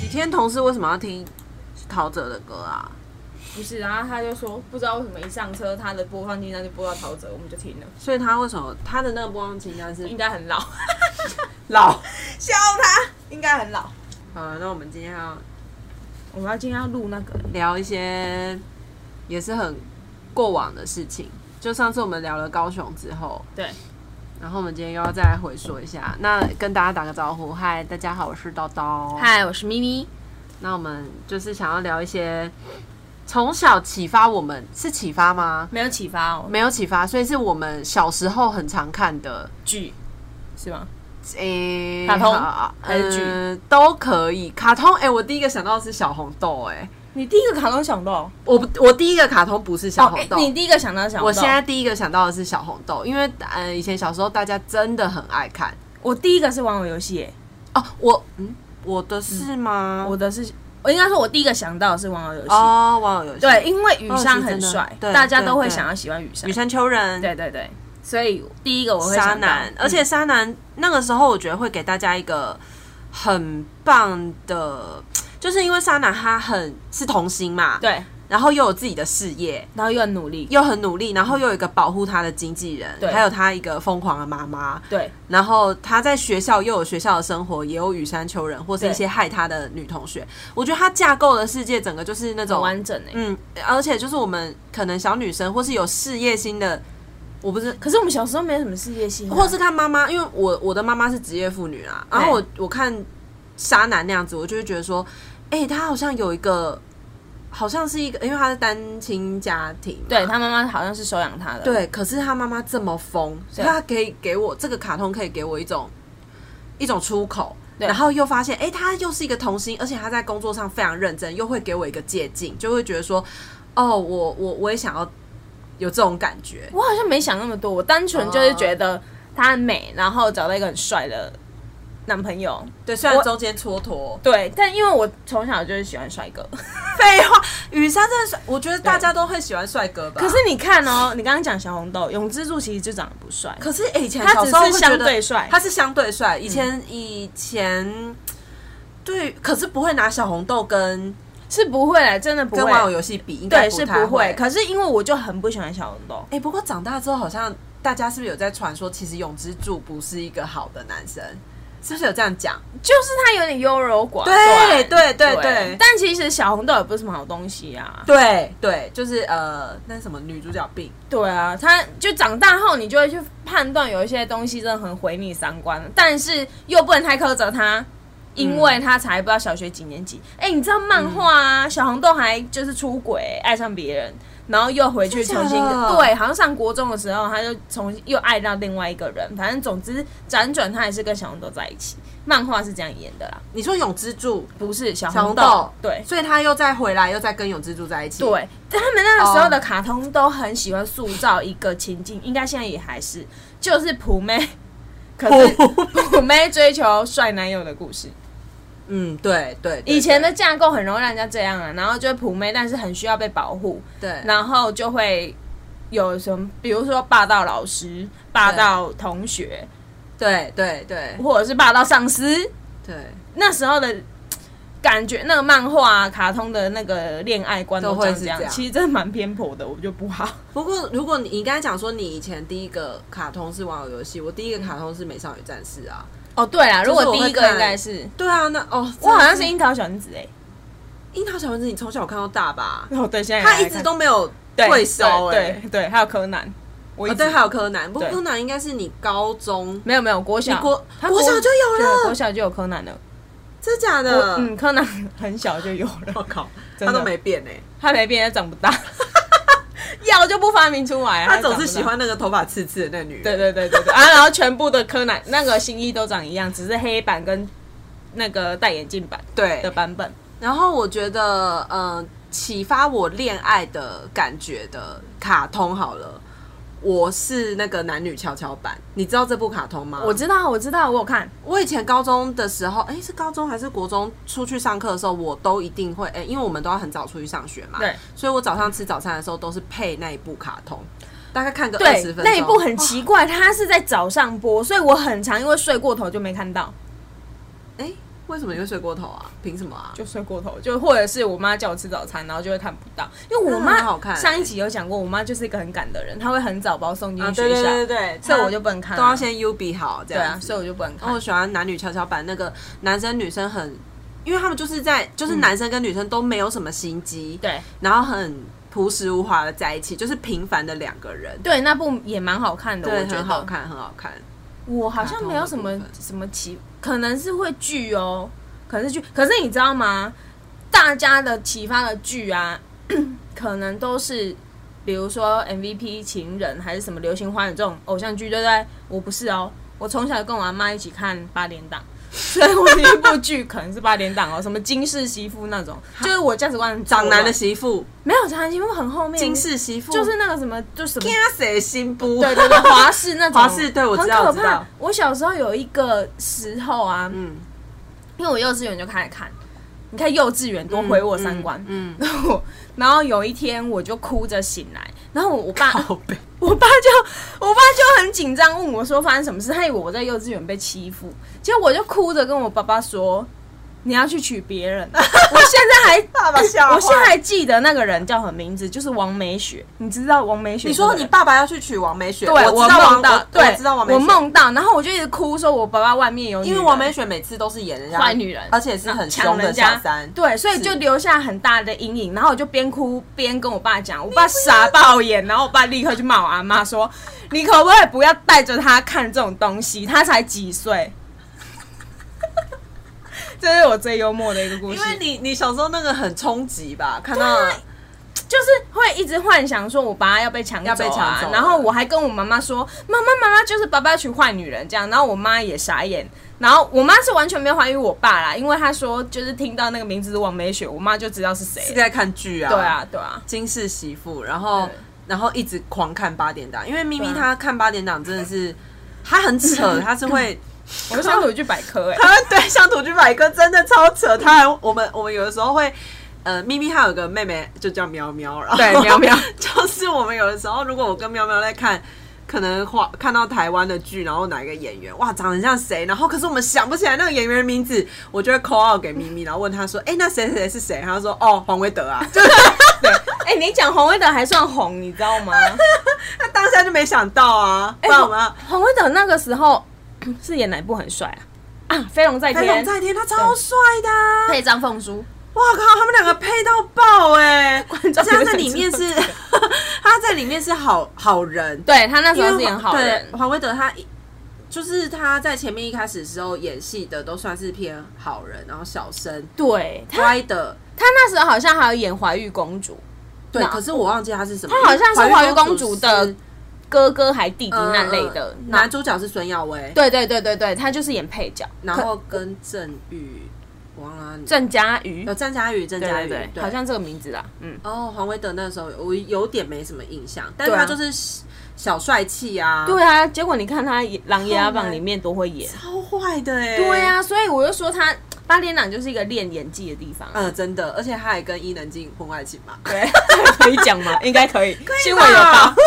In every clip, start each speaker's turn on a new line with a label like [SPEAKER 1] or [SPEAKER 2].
[SPEAKER 1] 李天同事为什么要听陶喆的歌啊？
[SPEAKER 2] 不是，然后他就说不知道为什么一上车他的播放清单就播到陶喆，我们就听了，
[SPEAKER 1] 所以他为什么他的那个播放清单是
[SPEAKER 2] 应该很老，
[SPEAKER 1] 老？
[SPEAKER 2] 笑他应该很老。
[SPEAKER 1] 好了，那我们今天要
[SPEAKER 2] 我们要今天要录那个，
[SPEAKER 1] 聊一些也是很过往的事情。就上次我们聊了高雄之后，
[SPEAKER 2] 对，
[SPEAKER 1] 然后我们今天又要再来回说一下。那跟大家打个招呼，嗨，大家好，我是叨叨。，
[SPEAKER 2] 嗨，我是咪咪，
[SPEAKER 1] 那我们就是想要聊一些从小启发我们，是启发吗？
[SPEAKER 2] 没有启发哦，
[SPEAKER 1] 没有启发，所以是我们小时候很常看的，
[SPEAKER 2] 剧是吗？
[SPEAKER 1] 诶、
[SPEAKER 2] 卡通
[SPEAKER 1] 好
[SPEAKER 2] 还是剧
[SPEAKER 1] 呃都可以。卡通，诶、我第一个想到的是小红豆、诶，
[SPEAKER 2] 你第一个卡通想到
[SPEAKER 1] 我不我第一个卡通不是小
[SPEAKER 2] 哦，
[SPEAKER 1] 红
[SPEAKER 2] 哎
[SPEAKER 1] 豆，
[SPEAKER 2] 你第一个想到想到，
[SPEAKER 1] 我现在第一个想到的是小红豆，因为呃，以前小时候大家真的很爱看
[SPEAKER 2] 我第一个是玩我游戏，
[SPEAKER 1] 哦。我嗯，我的是吗
[SPEAKER 2] 哎，？我的是，我应该说我第一个想到的是玩我游戏，
[SPEAKER 1] 哦，网友游戏
[SPEAKER 2] 对，，因为雨山
[SPEAKER 1] 哦是真
[SPEAKER 2] 很
[SPEAKER 1] 的
[SPEAKER 2] 帅，
[SPEAKER 1] 对
[SPEAKER 2] 大家
[SPEAKER 1] 对
[SPEAKER 2] 都会
[SPEAKER 1] 对
[SPEAKER 2] 想要喜欢雨山
[SPEAKER 1] 羽，山丘人，
[SPEAKER 2] 对对对，所以第一个我会
[SPEAKER 1] 沙
[SPEAKER 2] 想到
[SPEAKER 1] 男，而
[SPEAKER 2] 嗯
[SPEAKER 1] 且沙男那个时候我觉得会给大家一个很棒的，就是因为沙男他很是童星嘛，，
[SPEAKER 2] 对，
[SPEAKER 1] 然后又有自己的事业。
[SPEAKER 2] 然后又很努力，
[SPEAKER 1] 又很努力，然后又有一个保护他的经纪人，
[SPEAKER 2] 对
[SPEAKER 1] 还有他一个疯狂的妈妈，
[SPEAKER 2] 对
[SPEAKER 1] 然后他在学校又有学校的生活，也有羽山丘人或是一
[SPEAKER 2] 对
[SPEAKER 1] 些害他的女同学。我觉得他架构的世界整个就是那
[SPEAKER 2] 很
[SPEAKER 1] 种，
[SPEAKER 2] 完整哎、
[SPEAKER 1] 嗯，而且就是我们可能小女生或是有事业心的，我不是。
[SPEAKER 2] 可是我们小时候没有什么事业心啊、
[SPEAKER 1] 或是看妈妈，因为我我的妈妈是职业妇女啊啦，然后我我看沙男那样子，我就会觉得说，哎、他好像有一个，好像是一个，因为他是单亲家庭嘛，
[SPEAKER 2] 对他妈妈好像是收养他的，，
[SPEAKER 1] 对，可是他妈妈这么疯，所以
[SPEAKER 2] 对
[SPEAKER 1] 他可以给我这个卡通可以给我一种一种出口，
[SPEAKER 2] 对
[SPEAKER 1] 然后又发现，哎、他又是一个童星，而且他在工作上非常认真，又会给我一个借镜，就会觉得说，哦，我我我也想要有这种感觉。
[SPEAKER 2] 我好像没想那么多，我单纯就是觉得他很美，然后找到一个很帅的男朋友，
[SPEAKER 1] 对，虽然
[SPEAKER 2] 我
[SPEAKER 1] 中间蹉跎，
[SPEAKER 2] 对，但因为我从小就是喜欢帅哥，
[SPEAKER 1] 废话，雨山真的帅，我觉得大家都会喜欢帅哥吧。
[SPEAKER 2] 可是你看哦，你刚刚讲小红豆，永之助其实就长得不帅，
[SPEAKER 1] 可是以前
[SPEAKER 2] 他
[SPEAKER 1] 小
[SPEAKER 2] 只
[SPEAKER 1] 时候
[SPEAKER 2] 是
[SPEAKER 1] 会觉
[SPEAKER 2] 相
[SPEAKER 1] 得
[SPEAKER 2] 对帅嗯
[SPEAKER 1] 他是相对帅。以前、以前对，可是不会拿小红豆跟
[SPEAKER 2] 是不会来，真的不
[SPEAKER 1] 跟玩偶
[SPEAKER 2] 会，
[SPEAKER 1] 游戏比，应该
[SPEAKER 2] 对，是
[SPEAKER 1] 太
[SPEAKER 2] 不
[SPEAKER 1] 会
[SPEAKER 2] 会。。可是因为我就很不喜欢小红豆，
[SPEAKER 1] 哎、不过长大之后，好像大家是不是有在传说，其实永之助不是一个好的男生？是不是有这样讲？
[SPEAKER 2] 就是他有点优柔寡
[SPEAKER 1] 对对
[SPEAKER 2] 断，
[SPEAKER 1] 对
[SPEAKER 2] 对
[SPEAKER 1] 对
[SPEAKER 2] 但其实小红豆也不是什么好东西啊，
[SPEAKER 1] 对对，就是呃，那什么女主角病，
[SPEAKER 2] 对啊，他就长大后你就会去判断有一些东西真的很毁你三观，但是又不能太苛责他。因为他才不知道小学几年级，
[SPEAKER 1] 嗯
[SPEAKER 2] 哎、你知道漫画啊，小红豆还就是出轨，爱上别人，然后又回去
[SPEAKER 1] 真的
[SPEAKER 2] 重新
[SPEAKER 1] 假的
[SPEAKER 2] 对，好像上国中的时候，他就重又爱到另外一个人，反正总之辗转他还是跟小红豆在一起。漫画是这样演的啦，
[SPEAKER 1] 你说永之助，
[SPEAKER 2] 不是小
[SPEAKER 1] 小
[SPEAKER 2] 红
[SPEAKER 1] 红
[SPEAKER 2] 豆，
[SPEAKER 1] 豆
[SPEAKER 2] 对
[SPEAKER 1] 所以他又再回来，又再跟永之助在一起。，
[SPEAKER 2] 哎对，但他们那个时候的卡通都很喜欢塑造一个情境，应该现在也还是，就是普妹， 可是普妹追求帅男友的故事。
[SPEAKER 1] 嗯，对对对
[SPEAKER 2] 以前的架构很容易让人家这样啊，然后就是普妹，但是很需要被保护，
[SPEAKER 1] 对，
[SPEAKER 2] 然后就会有什么，比如说霸道老师、霸
[SPEAKER 1] 对
[SPEAKER 2] 道同学，
[SPEAKER 1] 对对对
[SPEAKER 2] 或者是霸道上司。
[SPEAKER 1] 对，
[SPEAKER 2] 那时候的感觉，那个漫画、啊卡通的那个恋爱观
[SPEAKER 1] 都
[SPEAKER 2] 都
[SPEAKER 1] 会
[SPEAKER 2] 长
[SPEAKER 1] 是
[SPEAKER 2] 这
[SPEAKER 1] 这
[SPEAKER 2] 样，
[SPEAKER 1] 样
[SPEAKER 2] 其实真的蛮偏颇的，我就不好。
[SPEAKER 1] 不过，如果你你刚才讲说你以前第一个卡通是玩偶游戏，我第一个卡通是《美少女战士》啊。
[SPEAKER 2] 哦，对啦，
[SPEAKER 1] 是
[SPEAKER 2] 如
[SPEAKER 1] 我
[SPEAKER 2] 果
[SPEAKER 1] 会
[SPEAKER 2] 第一个
[SPEAKER 1] 看
[SPEAKER 2] 应该是
[SPEAKER 1] 对啊，那哦，
[SPEAKER 2] 我好像是
[SPEAKER 1] 真的
[SPEAKER 2] 樱桃小女子
[SPEAKER 1] 欸
[SPEAKER 2] 哎、
[SPEAKER 1] 樱桃小丸子，你从小看到大吧？
[SPEAKER 2] 哦对，现在
[SPEAKER 1] 他一直都没有退烧哎、
[SPEAKER 2] 对对对，还有柯南，我一
[SPEAKER 1] 哦，
[SPEAKER 2] 直、
[SPEAKER 1] 对，还有柯南，不过
[SPEAKER 2] 对
[SPEAKER 1] 柯南应该是你高中，
[SPEAKER 2] 没有没有国
[SPEAKER 1] 你
[SPEAKER 2] 小
[SPEAKER 1] 国
[SPEAKER 2] 他
[SPEAKER 1] 国小就有
[SPEAKER 2] 对国
[SPEAKER 1] 了，啊
[SPEAKER 2] 小就有柯南了，
[SPEAKER 1] 真假
[SPEAKER 2] 我
[SPEAKER 1] 的？
[SPEAKER 2] 嗯，柯南很小就有了，
[SPEAKER 1] 我靠，
[SPEAKER 2] 真
[SPEAKER 1] 他
[SPEAKER 2] 的
[SPEAKER 1] 都没变哎、
[SPEAKER 2] 他没变，他长不大， 药就不发明出来啊，
[SPEAKER 1] 他总
[SPEAKER 2] 长
[SPEAKER 1] 是
[SPEAKER 2] 不大
[SPEAKER 1] 喜。欢那个头发刺刺的那女人。
[SPEAKER 2] 对对对对对啊！然后全部的柯南那个新一都长一样，只是黑版跟那个戴眼镜版
[SPEAKER 1] 对
[SPEAKER 2] 的版本。
[SPEAKER 1] 然后我觉得，嗯，启发我恋爱的感觉的卡通好了，我是那个男女跷跷板，你知道这部卡通吗？
[SPEAKER 2] 我知道，我知道，我有看。
[SPEAKER 1] 我以前高中的时候，哎、是高中还是国中？出去上课的时候，我都一定会，哎、因为我们都要很早出去上学嘛，
[SPEAKER 2] 对，
[SPEAKER 1] 所以我早上吃早餐的时候都是配那一部卡通，大概看个二十
[SPEAKER 2] 对
[SPEAKER 1] 分钟。
[SPEAKER 2] 那一部很奇怪，它是在早上播，所以我很常因为睡过头就没看到，
[SPEAKER 1] 哎、为什么你会睡过头啊？凭什么啊？
[SPEAKER 2] 就睡过头，就或者是我妈叫我吃早餐，然后就会看不到，因为我
[SPEAKER 1] 那
[SPEAKER 2] 妈
[SPEAKER 1] 很好看欸
[SPEAKER 2] 上一集有讲过，我妈就是一个很赶的人，她会很早把我送进
[SPEAKER 1] 啊，
[SPEAKER 2] 学
[SPEAKER 1] 对对
[SPEAKER 2] 校，
[SPEAKER 1] 对对对，
[SPEAKER 2] 所以我就不能看啊
[SPEAKER 1] 都要先 U 比好这
[SPEAKER 2] 对啊
[SPEAKER 1] 样，子。
[SPEAKER 2] 所以我就不能
[SPEAKER 1] 然后
[SPEAKER 2] 看
[SPEAKER 1] 我。喜欢男女跷跷板那个男生女生很，因为他们就是在
[SPEAKER 2] 嗯
[SPEAKER 1] 就是男生跟女生都没有什么心机，
[SPEAKER 2] 对
[SPEAKER 1] 然后很朴实无华的在一起，就是平凡的两个人，
[SPEAKER 2] 对，那部也蛮好看的，我
[SPEAKER 1] 对，
[SPEAKER 2] 觉得
[SPEAKER 1] 很好。看，很好看。
[SPEAKER 2] 我好像没有什么
[SPEAKER 1] 卡通的部分
[SPEAKER 2] 什么期，可能是会剧哦，可能是剧。可是你知道吗？大家的启发的剧啊， 可能都是比如说 MVP 情人还是什么流星花园这种偶像剧，对不对？我不是哦，我从小跟我阿妈一起看八点档。 所以我第一部剧可能是八点档哦，什么金氏媳妇那种，就是我价值观很
[SPEAKER 1] 长男的
[SPEAKER 2] 错
[SPEAKER 1] 媳妇，
[SPEAKER 2] 乱没有长男媳妇很后面，
[SPEAKER 1] 金氏媳妇，
[SPEAKER 2] 就是那个什么就什么
[SPEAKER 1] 惊谁心不？
[SPEAKER 2] 对 对对，华氏那种
[SPEAKER 1] 华氏对我知道
[SPEAKER 2] 很
[SPEAKER 1] 我
[SPEAKER 2] 可
[SPEAKER 1] 知
[SPEAKER 2] 怕
[SPEAKER 1] 道。
[SPEAKER 2] 我小时候有一个时候啊，
[SPEAKER 1] 嗯，
[SPEAKER 2] 因为我幼稚园就开始看，你看幼稚园多毁我三观。
[SPEAKER 1] 嗯，
[SPEAKER 2] 然后我，然后有一天我就哭着醒来，然后我我爸，
[SPEAKER 1] 好悲，
[SPEAKER 2] 我爸就我爸就很紧张问我说发生什么事，他以为我在幼稚园被欺负，结果我就哭着跟我爸爸说。你要去娶 别人，我现在还
[SPEAKER 1] 爸爸笑
[SPEAKER 2] 我现在还记得那个人叫什么名字，就是王美雪。你知道王美雪
[SPEAKER 1] 你
[SPEAKER 2] 这个人？
[SPEAKER 1] 说你爸爸要去娶王美雪，
[SPEAKER 2] 对，
[SPEAKER 1] 我知道
[SPEAKER 2] 梦
[SPEAKER 1] 王
[SPEAKER 2] 到
[SPEAKER 1] 我，
[SPEAKER 2] 对，
[SPEAKER 1] 我知道王美
[SPEAKER 2] 我
[SPEAKER 1] 雪，
[SPEAKER 2] 梦到，然后我就一直哭，说我爸爸外面有女
[SPEAKER 1] 因
[SPEAKER 2] 人，
[SPEAKER 1] 为王美雪每次都是演人家
[SPEAKER 2] 坏女人
[SPEAKER 1] 而且是很凶的小三，
[SPEAKER 2] 对，所以
[SPEAKER 1] 是
[SPEAKER 2] 就留下很大的阴影。然后我就边哭边跟我爸讲，我爸傻爆眼，然后我爸立刻就骂我阿妈说：“你可不可以不要带着他看这种东西？他才几岁。” 这是我最幽默的一个故事，
[SPEAKER 1] 因为你你小时候那个很冲击吧，看到
[SPEAKER 2] 就是会一直幻想说，我爸要被抢走、啊，
[SPEAKER 1] 要被抢走
[SPEAKER 2] 然后我还跟我妈妈说，妈妈妈妈就是爸爸要娶坏女人这样，然后我妈也傻眼，然后我妈是完全没有怀疑我爸啦，因为她说就是听到那个名字是王美雪，我妈就知道是谁
[SPEAKER 1] 是
[SPEAKER 2] 了。
[SPEAKER 1] 在看剧啊，
[SPEAKER 2] 对，啊，对啊，
[SPEAKER 1] 金氏媳妇，然后
[SPEAKER 2] 对
[SPEAKER 1] 然后一直狂看八点档，因为咪咪
[SPEAKER 2] 对啊
[SPEAKER 1] 她看八点档真的是，她很 扯，她是会。
[SPEAKER 2] 我就想有一句百科哎、欸，
[SPEAKER 1] 他对像土剧百科真的超扯，他还我们我们有的时候会。呃，咪咪还有个妹妹，就叫喵喵，然后
[SPEAKER 2] 对喵喵，
[SPEAKER 1] 就是我们有的时候，如果我跟喵喵在看，可能花看到台湾的剧，然后哪一个演员哇长得很像谁，然后可是我们想不起来那个演员的名字，我就会 call out 给咪咪，然后问他说，哎、那谁谁谁是谁？他说，哦，黄维德啊， 就是
[SPEAKER 2] 对，哎、你讲洪威德还算红，你知道吗？
[SPEAKER 1] 他当下就没想到啊，不
[SPEAKER 2] 哎、
[SPEAKER 1] 然我
[SPEAKER 2] 洪
[SPEAKER 1] 们要
[SPEAKER 2] 洪威德那个时候是演哪一部很帅啊？啊，飞龙在
[SPEAKER 1] 哎飞龙
[SPEAKER 2] 天，
[SPEAKER 1] 在天，他超帅的、啊，
[SPEAKER 2] 配张凤书，
[SPEAKER 1] 哇靠，他们两个配到爆 哎、欸！
[SPEAKER 2] 众
[SPEAKER 1] 而且他在里面
[SPEAKER 2] 有点
[SPEAKER 1] 是， 他在里面是好好人，
[SPEAKER 2] 对他那时
[SPEAKER 1] 因为
[SPEAKER 2] 候是演好人
[SPEAKER 1] 对，，黄维德他一就是他在前面一开始的时候演戏的都算是偏好人，然后小生
[SPEAKER 2] 对他
[SPEAKER 1] 乖的。
[SPEAKER 2] 他那时候好像还有演怀玉公主，
[SPEAKER 1] 对，
[SPEAKER 2] 那
[SPEAKER 1] 可是我忘记他是什么。
[SPEAKER 2] 他好像是
[SPEAKER 1] 因为
[SPEAKER 2] 华玉公主的
[SPEAKER 1] 是
[SPEAKER 2] 哥哥还弟弟
[SPEAKER 1] 嗯
[SPEAKER 2] 那类的
[SPEAKER 1] 嗯。
[SPEAKER 2] 那
[SPEAKER 1] 男主角是孙耀威，
[SPEAKER 2] 对对对对对，他就是演配角。
[SPEAKER 1] 然
[SPEAKER 2] 可
[SPEAKER 1] 后跟郑宇、王啦，
[SPEAKER 2] 郑嘉瑜
[SPEAKER 1] 有，郑嘉宇、郑
[SPEAKER 2] 对
[SPEAKER 1] 嘉宇，
[SPEAKER 2] 对对，
[SPEAKER 1] 对
[SPEAKER 2] 好像这个名字啦。嗯，
[SPEAKER 1] 哦，黄维德那时候我有点没什么印象，但
[SPEAKER 2] 对啊
[SPEAKER 1] 他就是小小帅气啊，
[SPEAKER 2] 对啊。结果你看他演《琅琊榜
[SPEAKER 1] 后》来
[SPEAKER 2] 里面多会演，
[SPEAKER 1] 超坏的哎、
[SPEAKER 2] 对，啊，所以我就说他八点档就是一个练演技的 地方。
[SPEAKER 1] 呃，真的，而且他还跟伊能静婚外情嘛，
[SPEAKER 2] 对，可以讲 吗？应该可以，新闻有
[SPEAKER 1] 吧
[SPEAKER 2] 报。
[SPEAKER 1] 啊对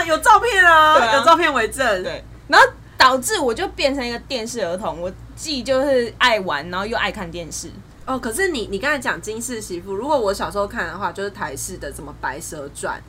[SPEAKER 1] 啊，有照片 啊，
[SPEAKER 2] 对啊
[SPEAKER 1] 有照片为证，
[SPEAKER 2] 对，然后导致我就变成一个电视儿童，我既就是爱玩，然后又爱看电视。
[SPEAKER 1] 哦，可是你你刚才讲金氏媳妇，如果我小时候看的话，就是台式的什么《白蛇传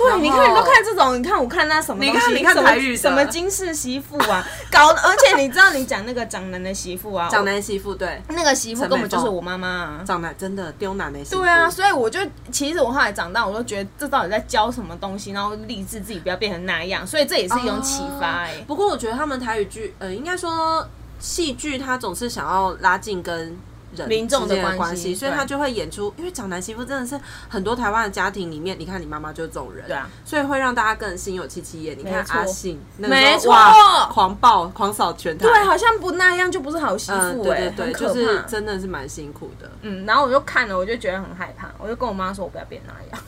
[SPEAKER 1] 然
[SPEAKER 2] 对，
[SPEAKER 1] 后
[SPEAKER 2] 你看你都看这种，你看我看那什么东西，
[SPEAKER 1] 你看你看
[SPEAKER 2] 什么
[SPEAKER 1] 台语的
[SPEAKER 2] 什么金氏媳妇啊， 搞得，而且你知道你讲那个长男的媳妇啊，》，
[SPEAKER 1] 长男媳妇，对，
[SPEAKER 2] 我那个媳妇
[SPEAKER 1] 陈
[SPEAKER 2] 根
[SPEAKER 1] 美
[SPEAKER 2] 本就是
[SPEAKER 1] 凤
[SPEAKER 2] 我妈妈啊。
[SPEAKER 1] 长男真的丢男的媳妇，
[SPEAKER 2] 对啊，所以我就其实我后来长大，我就觉得这到底在教什么东西，然后立志自己不要变成那样，所以这也是一种启发哎、
[SPEAKER 1] 哦不过我觉得他们台语剧，呃，应该说戏剧，它总是想要拉近跟人
[SPEAKER 2] 民众的
[SPEAKER 1] 之间的
[SPEAKER 2] 关
[SPEAKER 1] 系，
[SPEAKER 2] 系
[SPEAKER 1] 所以他
[SPEAKER 2] 对
[SPEAKER 1] 就会演出。因为长男媳妇真的是很多台湾的家庭里面，你看你妈妈就是这种人，
[SPEAKER 2] 对啊，
[SPEAKER 1] 所以会让大家更心有戚戚焉。你看
[SPEAKER 2] 没错
[SPEAKER 1] 阿信，那个
[SPEAKER 2] 没
[SPEAKER 1] 时候
[SPEAKER 2] 错
[SPEAKER 1] 哇，狂暴狂扫全台，
[SPEAKER 2] 对，好像不那样就不是好媳
[SPEAKER 1] 嗯，
[SPEAKER 2] 妇哎、
[SPEAKER 1] 对对对，
[SPEAKER 2] 很可
[SPEAKER 1] 就
[SPEAKER 2] 怕。
[SPEAKER 1] 是真的是蛮辛苦的。
[SPEAKER 2] 嗯，然后我就看了，我就觉得很害怕，我就跟我妈说，我不要变那 样。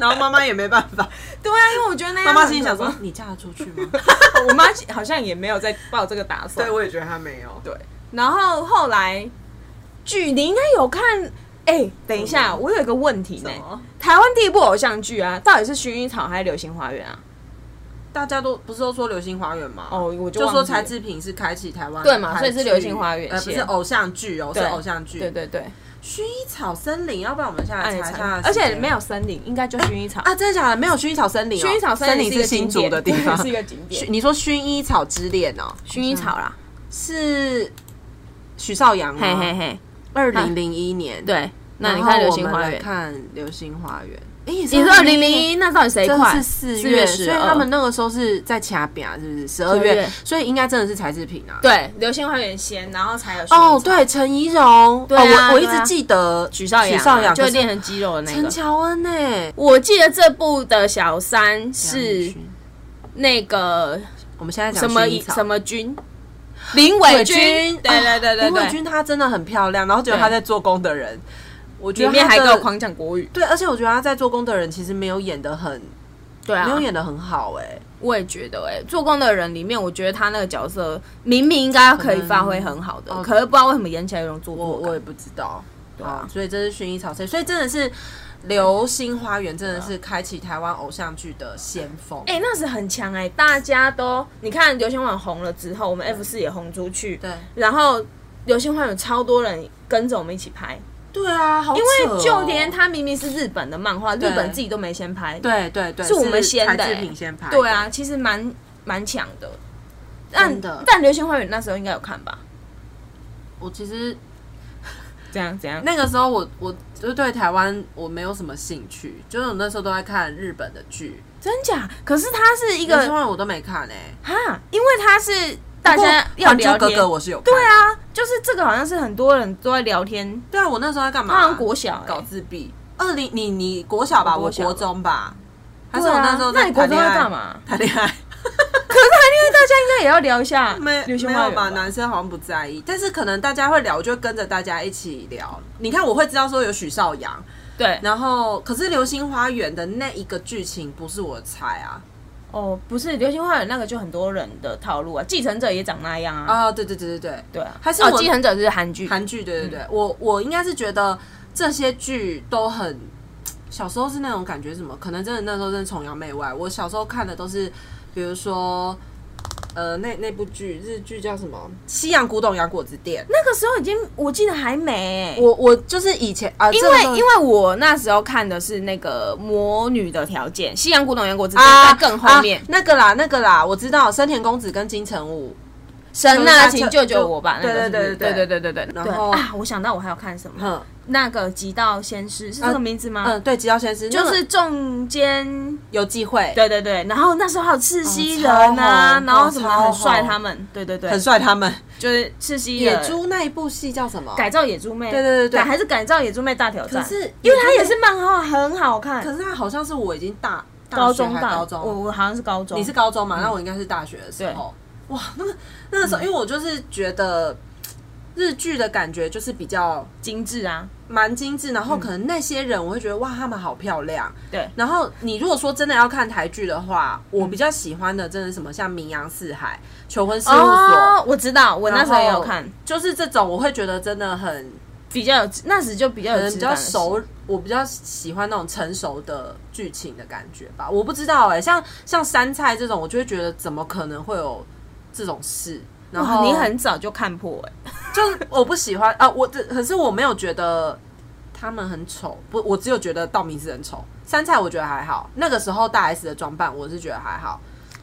[SPEAKER 1] 然后妈妈也没办 法，
[SPEAKER 2] 对啊，因为我觉得那
[SPEAKER 1] 妈哎
[SPEAKER 2] 样
[SPEAKER 1] 妈
[SPEAKER 2] 很
[SPEAKER 1] 心里
[SPEAKER 2] 可
[SPEAKER 1] 想说
[SPEAKER 2] 怕，：
[SPEAKER 1] 你嫁得出去吗？
[SPEAKER 2] 我妈好像也没有在抱这个打算。
[SPEAKER 1] 我也觉得她没有。对，
[SPEAKER 2] 然后后来剧你应该有看哎、等一下，我有一个问题呢、
[SPEAKER 1] 嗯什么
[SPEAKER 2] 台湾第一部偶像剧啊，到底是《薰衣草》还是《流星花园》啊？
[SPEAKER 1] 大家都不是都说《流星花园》吗？
[SPEAKER 2] 哦我就
[SPEAKER 1] 就
[SPEAKER 2] 忘记
[SPEAKER 1] 说
[SPEAKER 2] 了
[SPEAKER 1] 柴智屏是开启台湾
[SPEAKER 2] 对嘛
[SPEAKER 1] 台
[SPEAKER 2] 所以是
[SPEAKER 1] 剧
[SPEAKER 2] 流星花园
[SPEAKER 1] 呃，不
[SPEAKER 2] 先
[SPEAKER 1] 是偶像剧哦，是
[SPEAKER 2] 对
[SPEAKER 1] 偶像剧。啊
[SPEAKER 2] 对，对对，
[SPEAKER 1] 薰衣草森林，要不然我们现在
[SPEAKER 2] 暗
[SPEAKER 1] 查
[SPEAKER 2] 恋
[SPEAKER 1] 一下
[SPEAKER 2] 才
[SPEAKER 1] 时间，
[SPEAKER 2] 而且没有森林，应该就薰衣草。
[SPEAKER 1] 啊，真的假的？没有薰衣草森林哦，
[SPEAKER 2] 薰衣草
[SPEAKER 1] 森
[SPEAKER 2] 林是一
[SPEAKER 1] 是
[SPEAKER 2] 个景
[SPEAKER 1] 新竹
[SPEAKER 2] 点
[SPEAKER 1] 的地
[SPEAKER 2] 对
[SPEAKER 1] 方，
[SPEAKER 2] 是一个景点
[SPEAKER 1] 薰。 你说薰衣草之恋哦，
[SPEAKER 2] 薰衣草啦，
[SPEAKER 1] 是许绍洋
[SPEAKER 2] 嘿嘿
[SPEAKER 1] 吗？
[SPEAKER 2] 嘿，
[SPEAKER 1] 二零零一年，
[SPEAKER 2] 对。
[SPEAKER 1] 嗯
[SPEAKER 2] 那
[SPEAKER 1] 然后
[SPEAKER 2] 你
[SPEAKER 1] 我们来看
[SPEAKER 2] 看《流星花园》，
[SPEAKER 1] 看流星花园，哎，也
[SPEAKER 2] 你
[SPEAKER 1] 是
[SPEAKER 2] 说二零零一，那到底谁
[SPEAKER 1] 真
[SPEAKER 2] 快？
[SPEAKER 1] 是四
[SPEAKER 2] 月
[SPEAKER 1] 月，所
[SPEAKER 2] 十
[SPEAKER 1] 以他们
[SPEAKER 2] 二。
[SPEAKER 1] 那个时候是在掐饼啊，是不是？十二
[SPEAKER 2] 12
[SPEAKER 1] 月
[SPEAKER 2] 月，
[SPEAKER 1] 所以应该真的是柴智屏啊。
[SPEAKER 2] 对，《流星花园》先，然后才有薰
[SPEAKER 1] 哦
[SPEAKER 2] 衣，草，
[SPEAKER 1] 对，陈怡蓉，
[SPEAKER 2] 对啊
[SPEAKER 1] 哦、我我一
[SPEAKER 2] 对
[SPEAKER 1] 直
[SPEAKER 2] 啊
[SPEAKER 1] 记得
[SPEAKER 2] 许绍
[SPEAKER 1] 许绍
[SPEAKER 2] 洋
[SPEAKER 1] 洋
[SPEAKER 2] 啊就
[SPEAKER 1] 可是
[SPEAKER 2] 练成肌肉的那
[SPEAKER 1] 陈
[SPEAKER 2] 个。
[SPEAKER 1] 乔恩呢、欸
[SPEAKER 2] 我记得这部的小三是
[SPEAKER 1] 杨颖勋
[SPEAKER 2] 那个
[SPEAKER 1] 我们现在讲
[SPEAKER 2] 什么
[SPEAKER 1] 薰衣草
[SPEAKER 2] 什么君，林伟君，对
[SPEAKER 1] 啊
[SPEAKER 2] 对对对
[SPEAKER 1] 林伟
[SPEAKER 2] 对，
[SPEAKER 1] 君她真的很漂亮，然后结果她在做工的人，我觉
[SPEAKER 2] 里
[SPEAKER 1] 得
[SPEAKER 2] 面
[SPEAKER 1] 她
[SPEAKER 2] 还
[SPEAKER 1] 的
[SPEAKER 2] 给我狂讲国语。
[SPEAKER 1] 对，而且我觉得她在做工的人其实没有演的很，
[SPEAKER 2] 对啊
[SPEAKER 1] 没，有演的很好哎、
[SPEAKER 2] 我也觉得、欸，哎，做工的人里面，我觉得他那个角色明明应该可以发挥很好的，
[SPEAKER 1] 可能哦
[SPEAKER 2] 可是不知道为什么演起来有种做
[SPEAKER 1] 我
[SPEAKER 2] 作
[SPEAKER 1] 我
[SPEAKER 2] 感
[SPEAKER 1] 也。不知道，
[SPEAKER 2] 对啊
[SPEAKER 1] 好所以这是薰衣草森林，所以真的是《流星花园》真的是开启台湾偶像剧的先锋，
[SPEAKER 2] 哎、那时很强哎、大家都你看《流星花园》红了之后，我们 F 四也红出去，
[SPEAKER 1] 对
[SPEAKER 2] 然后《流星花园》有超多人跟着我们一起拍，
[SPEAKER 1] 对啊，好
[SPEAKER 2] 因
[SPEAKER 1] 扯
[SPEAKER 2] 为
[SPEAKER 1] 哦
[SPEAKER 2] 就连它明明是日本的漫画，日
[SPEAKER 1] 对
[SPEAKER 2] 本自己都没先拍，
[SPEAKER 1] 对对对，
[SPEAKER 2] 是我们先的、
[SPEAKER 1] 台制
[SPEAKER 2] 欸
[SPEAKER 1] 品先拍，
[SPEAKER 2] 对，啊，其实蛮蛮强的。但
[SPEAKER 1] 真的
[SPEAKER 2] 但《流星花园》那时候应该有看吧？
[SPEAKER 1] 我其实
[SPEAKER 2] 怎样怎样？
[SPEAKER 1] 那个时候我我就对台湾我没有什么兴趣，就是我那时候都在看日本的剧，
[SPEAKER 2] 真假？可是它是一
[SPEAKER 1] 一个
[SPEAKER 2] 个
[SPEAKER 1] 新闻我都没看哎、
[SPEAKER 2] 哈，因为它是大家
[SPEAKER 1] 不过
[SPEAKER 2] 要
[SPEAKER 1] 还珠
[SPEAKER 2] 聊
[SPEAKER 1] 格
[SPEAKER 2] 天。
[SPEAKER 1] 格我是有看
[SPEAKER 2] 对，啊，就是这个好像是很多人都在聊天，
[SPEAKER 1] 对啊，我那时候在干嘛？
[SPEAKER 2] 他好像国小、欸、
[SPEAKER 1] 搞自闭。二零你你国小吧，
[SPEAKER 2] 我
[SPEAKER 1] 我
[SPEAKER 2] 国小
[SPEAKER 1] 国中吧，还是
[SPEAKER 2] 对
[SPEAKER 1] 我
[SPEAKER 2] 啊
[SPEAKER 1] 那时候
[SPEAKER 2] 那
[SPEAKER 1] 在
[SPEAKER 2] 你国
[SPEAKER 1] 谈
[SPEAKER 2] 中
[SPEAKER 1] 恋
[SPEAKER 2] 在
[SPEAKER 1] 爱
[SPEAKER 2] 干？嘛？
[SPEAKER 1] 谈恋爱
[SPEAKER 2] 可是谈恋爱，大家应该也要聊一下
[SPEAKER 1] 没
[SPEAKER 2] 流星
[SPEAKER 1] 没
[SPEAKER 2] 花
[SPEAKER 1] 有
[SPEAKER 2] 园
[SPEAKER 1] 吧？男生好像不在意，但是可能大家会聊，我就跟着大家一起聊。你看，我会知道说有许绍洋，
[SPEAKER 2] 对，
[SPEAKER 1] 然后可是《流星花园》的那一个剧情不是我的菜啊。
[SPEAKER 2] 哦，不是流星花园那个就很多人的套路啊，继承者也长那样啊，
[SPEAKER 1] 啊，对对对对对，
[SPEAKER 2] 对啊，
[SPEAKER 1] 还是
[SPEAKER 2] 哦
[SPEAKER 1] 我
[SPEAKER 2] 继承者是韩剧，
[SPEAKER 1] 韩剧，对对
[SPEAKER 2] 嗯
[SPEAKER 1] 对，我我应该是觉得这些剧都很。小时候是那种感觉，什么可能真的那时候真的崇洋媚外。我小时候看的都是，比如说，呃，那那部剧日剧叫什么《西洋古董洋果子店》
[SPEAKER 2] 那个时候已经我记得还没欸、
[SPEAKER 1] 我。我就是以前啊，
[SPEAKER 2] 因
[SPEAKER 1] 这个时候
[SPEAKER 2] 为因为我那时候看的是那个《魔女的条件》，西洋古董洋国之间
[SPEAKER 1] 啊
[SPEAKER 2] 在更后面
[SPEAKER 1] 啊，那个啦那个啦，我知道深田恭子跟金城武，
[SPEAKER 2] 神啊
[SPEAKER 1] 就是
[SPEAKER 2] 呐，
[SPEAKER 1] 他
[SPEAKER 2] 请
[SPEAKER 1] 就
[SPEAKER 2] 救救我吧！
[SPEAKER 1] 就
[SPEAKER 2] 那个是不是
[SPEAKER 1] 对
[SPEAKER 2] 对
[SPEAKER 1] 对
[SPEAKER 2] 对对对对。
[SPEAKER 1] 然
[SPEAKER 2] 对
[SPEAKER 1] 后
[SPEAKER 2] 啊，我想到我还有看什么，
[SPEAKER 1] 嗯
[SPEAKER 2] 那个《极道先师》是这个名字吗？
[SPEAKER 1] 嗯，对，吉道先生那
[SPEAKER 2] 就
[SPEAKER 1] 个
[SPEAKER 2] 是中间，
[SPEAKER 1] 有机会，
[SPEAKER 2] 对对对。然后那时候还有赤西仁
[SPEAKER 1] 哦超
[SPEAKER 2] 啊，
[SPEAKER 1] 红
[SPEAKER 2] 然后什么
[SPEAKER 1] 哦
[SPEAKER 2] 很帅
[SPEAKER 1] 超红
[SPEAKER 2] 他们，对对对，
[SPEAKER 1] 很帅他们。
[SPEAKER 2] 就是赤西
[SPEAKER 1] 野
[SPEAKER 2] 仁
[SPEAKER 1] 猪那一部戏叫什么？
[SPEAKER 2] 改造野猪妹，
[SPEAKER 1] 对对对对
[SPEAKER 2] 改还是改造野猪妹大挑战。
[SPEAKER 1] 可是
[SPEAKER 2] 因为它
[SPEAKER 1] 野猪
[SPEAKER 2] 也是漫画，很好看。
[SPEAKER 1] 可是他好像是我已经大大
[SPEAKER 2] 高
[SPEAKER 1] 学
[SPEAKER 2] 中
[SPEAKER 1] 还
[SPEAKER 2] 大
[SPEAKER 1] 高中，
[SPEAKER 2] 我嗯我好像是高中，
[SPEAKER 1] 你是高中嘛？那我应该是大学的时候。哇，那个那个时候，
[SPEAKER 2] 嗯
[SPEAKER 1] 因为我就是觉得嘖日剧的感觉就是比较
[SPEAKER 2] 精致啊，
[SPEAKER 1] 蛮精致，然后可能那些人我会觉得哇，他们好漂亮。
[SPEAKER 2] 嗯对嗯
[SPEAKER 1] 然后你如果说真的要看台剧的话，我比较喜欢的真的什么像《名扬四海》《求婚事务所》
[SPEAKER 2] 哦，我知道，我那时候也有
[SPEAKER 1] 然
[SPEAKER 2] 看
[SPEAKER 1] 后，就是这种，我会觉得真的很
[SPEAKER 2] 比较有那时就比较
[SPEAKER 1] 可
[SPEAKER 2] 有
[SPEAKER 1] 能
[SPEAKER 2] 质
[SPEAKER 1] 比
[SPEAKER 2] 感
[SPEAKER 1] 较
[SPEAKER 2] 的事
[SPEAKER 1] 熟，我比较喜欢那种成熟的剧情的感觉吧。我不知道哎、像像山菜这种，我就会觉得怎么可能会有这种事？然
[SPEAKER 2] 哇，
[SPEAKER 1] 后
[SPEAKER 2] 你很早就看破哎、
[SPEAKER 1] 就是我不喜欢啊，我这可是我没有觉得他们很丑，不，我只有觉得道明寺很丑。山菜我觉得还好，那个时候大 S 的装扮我是觉得还好，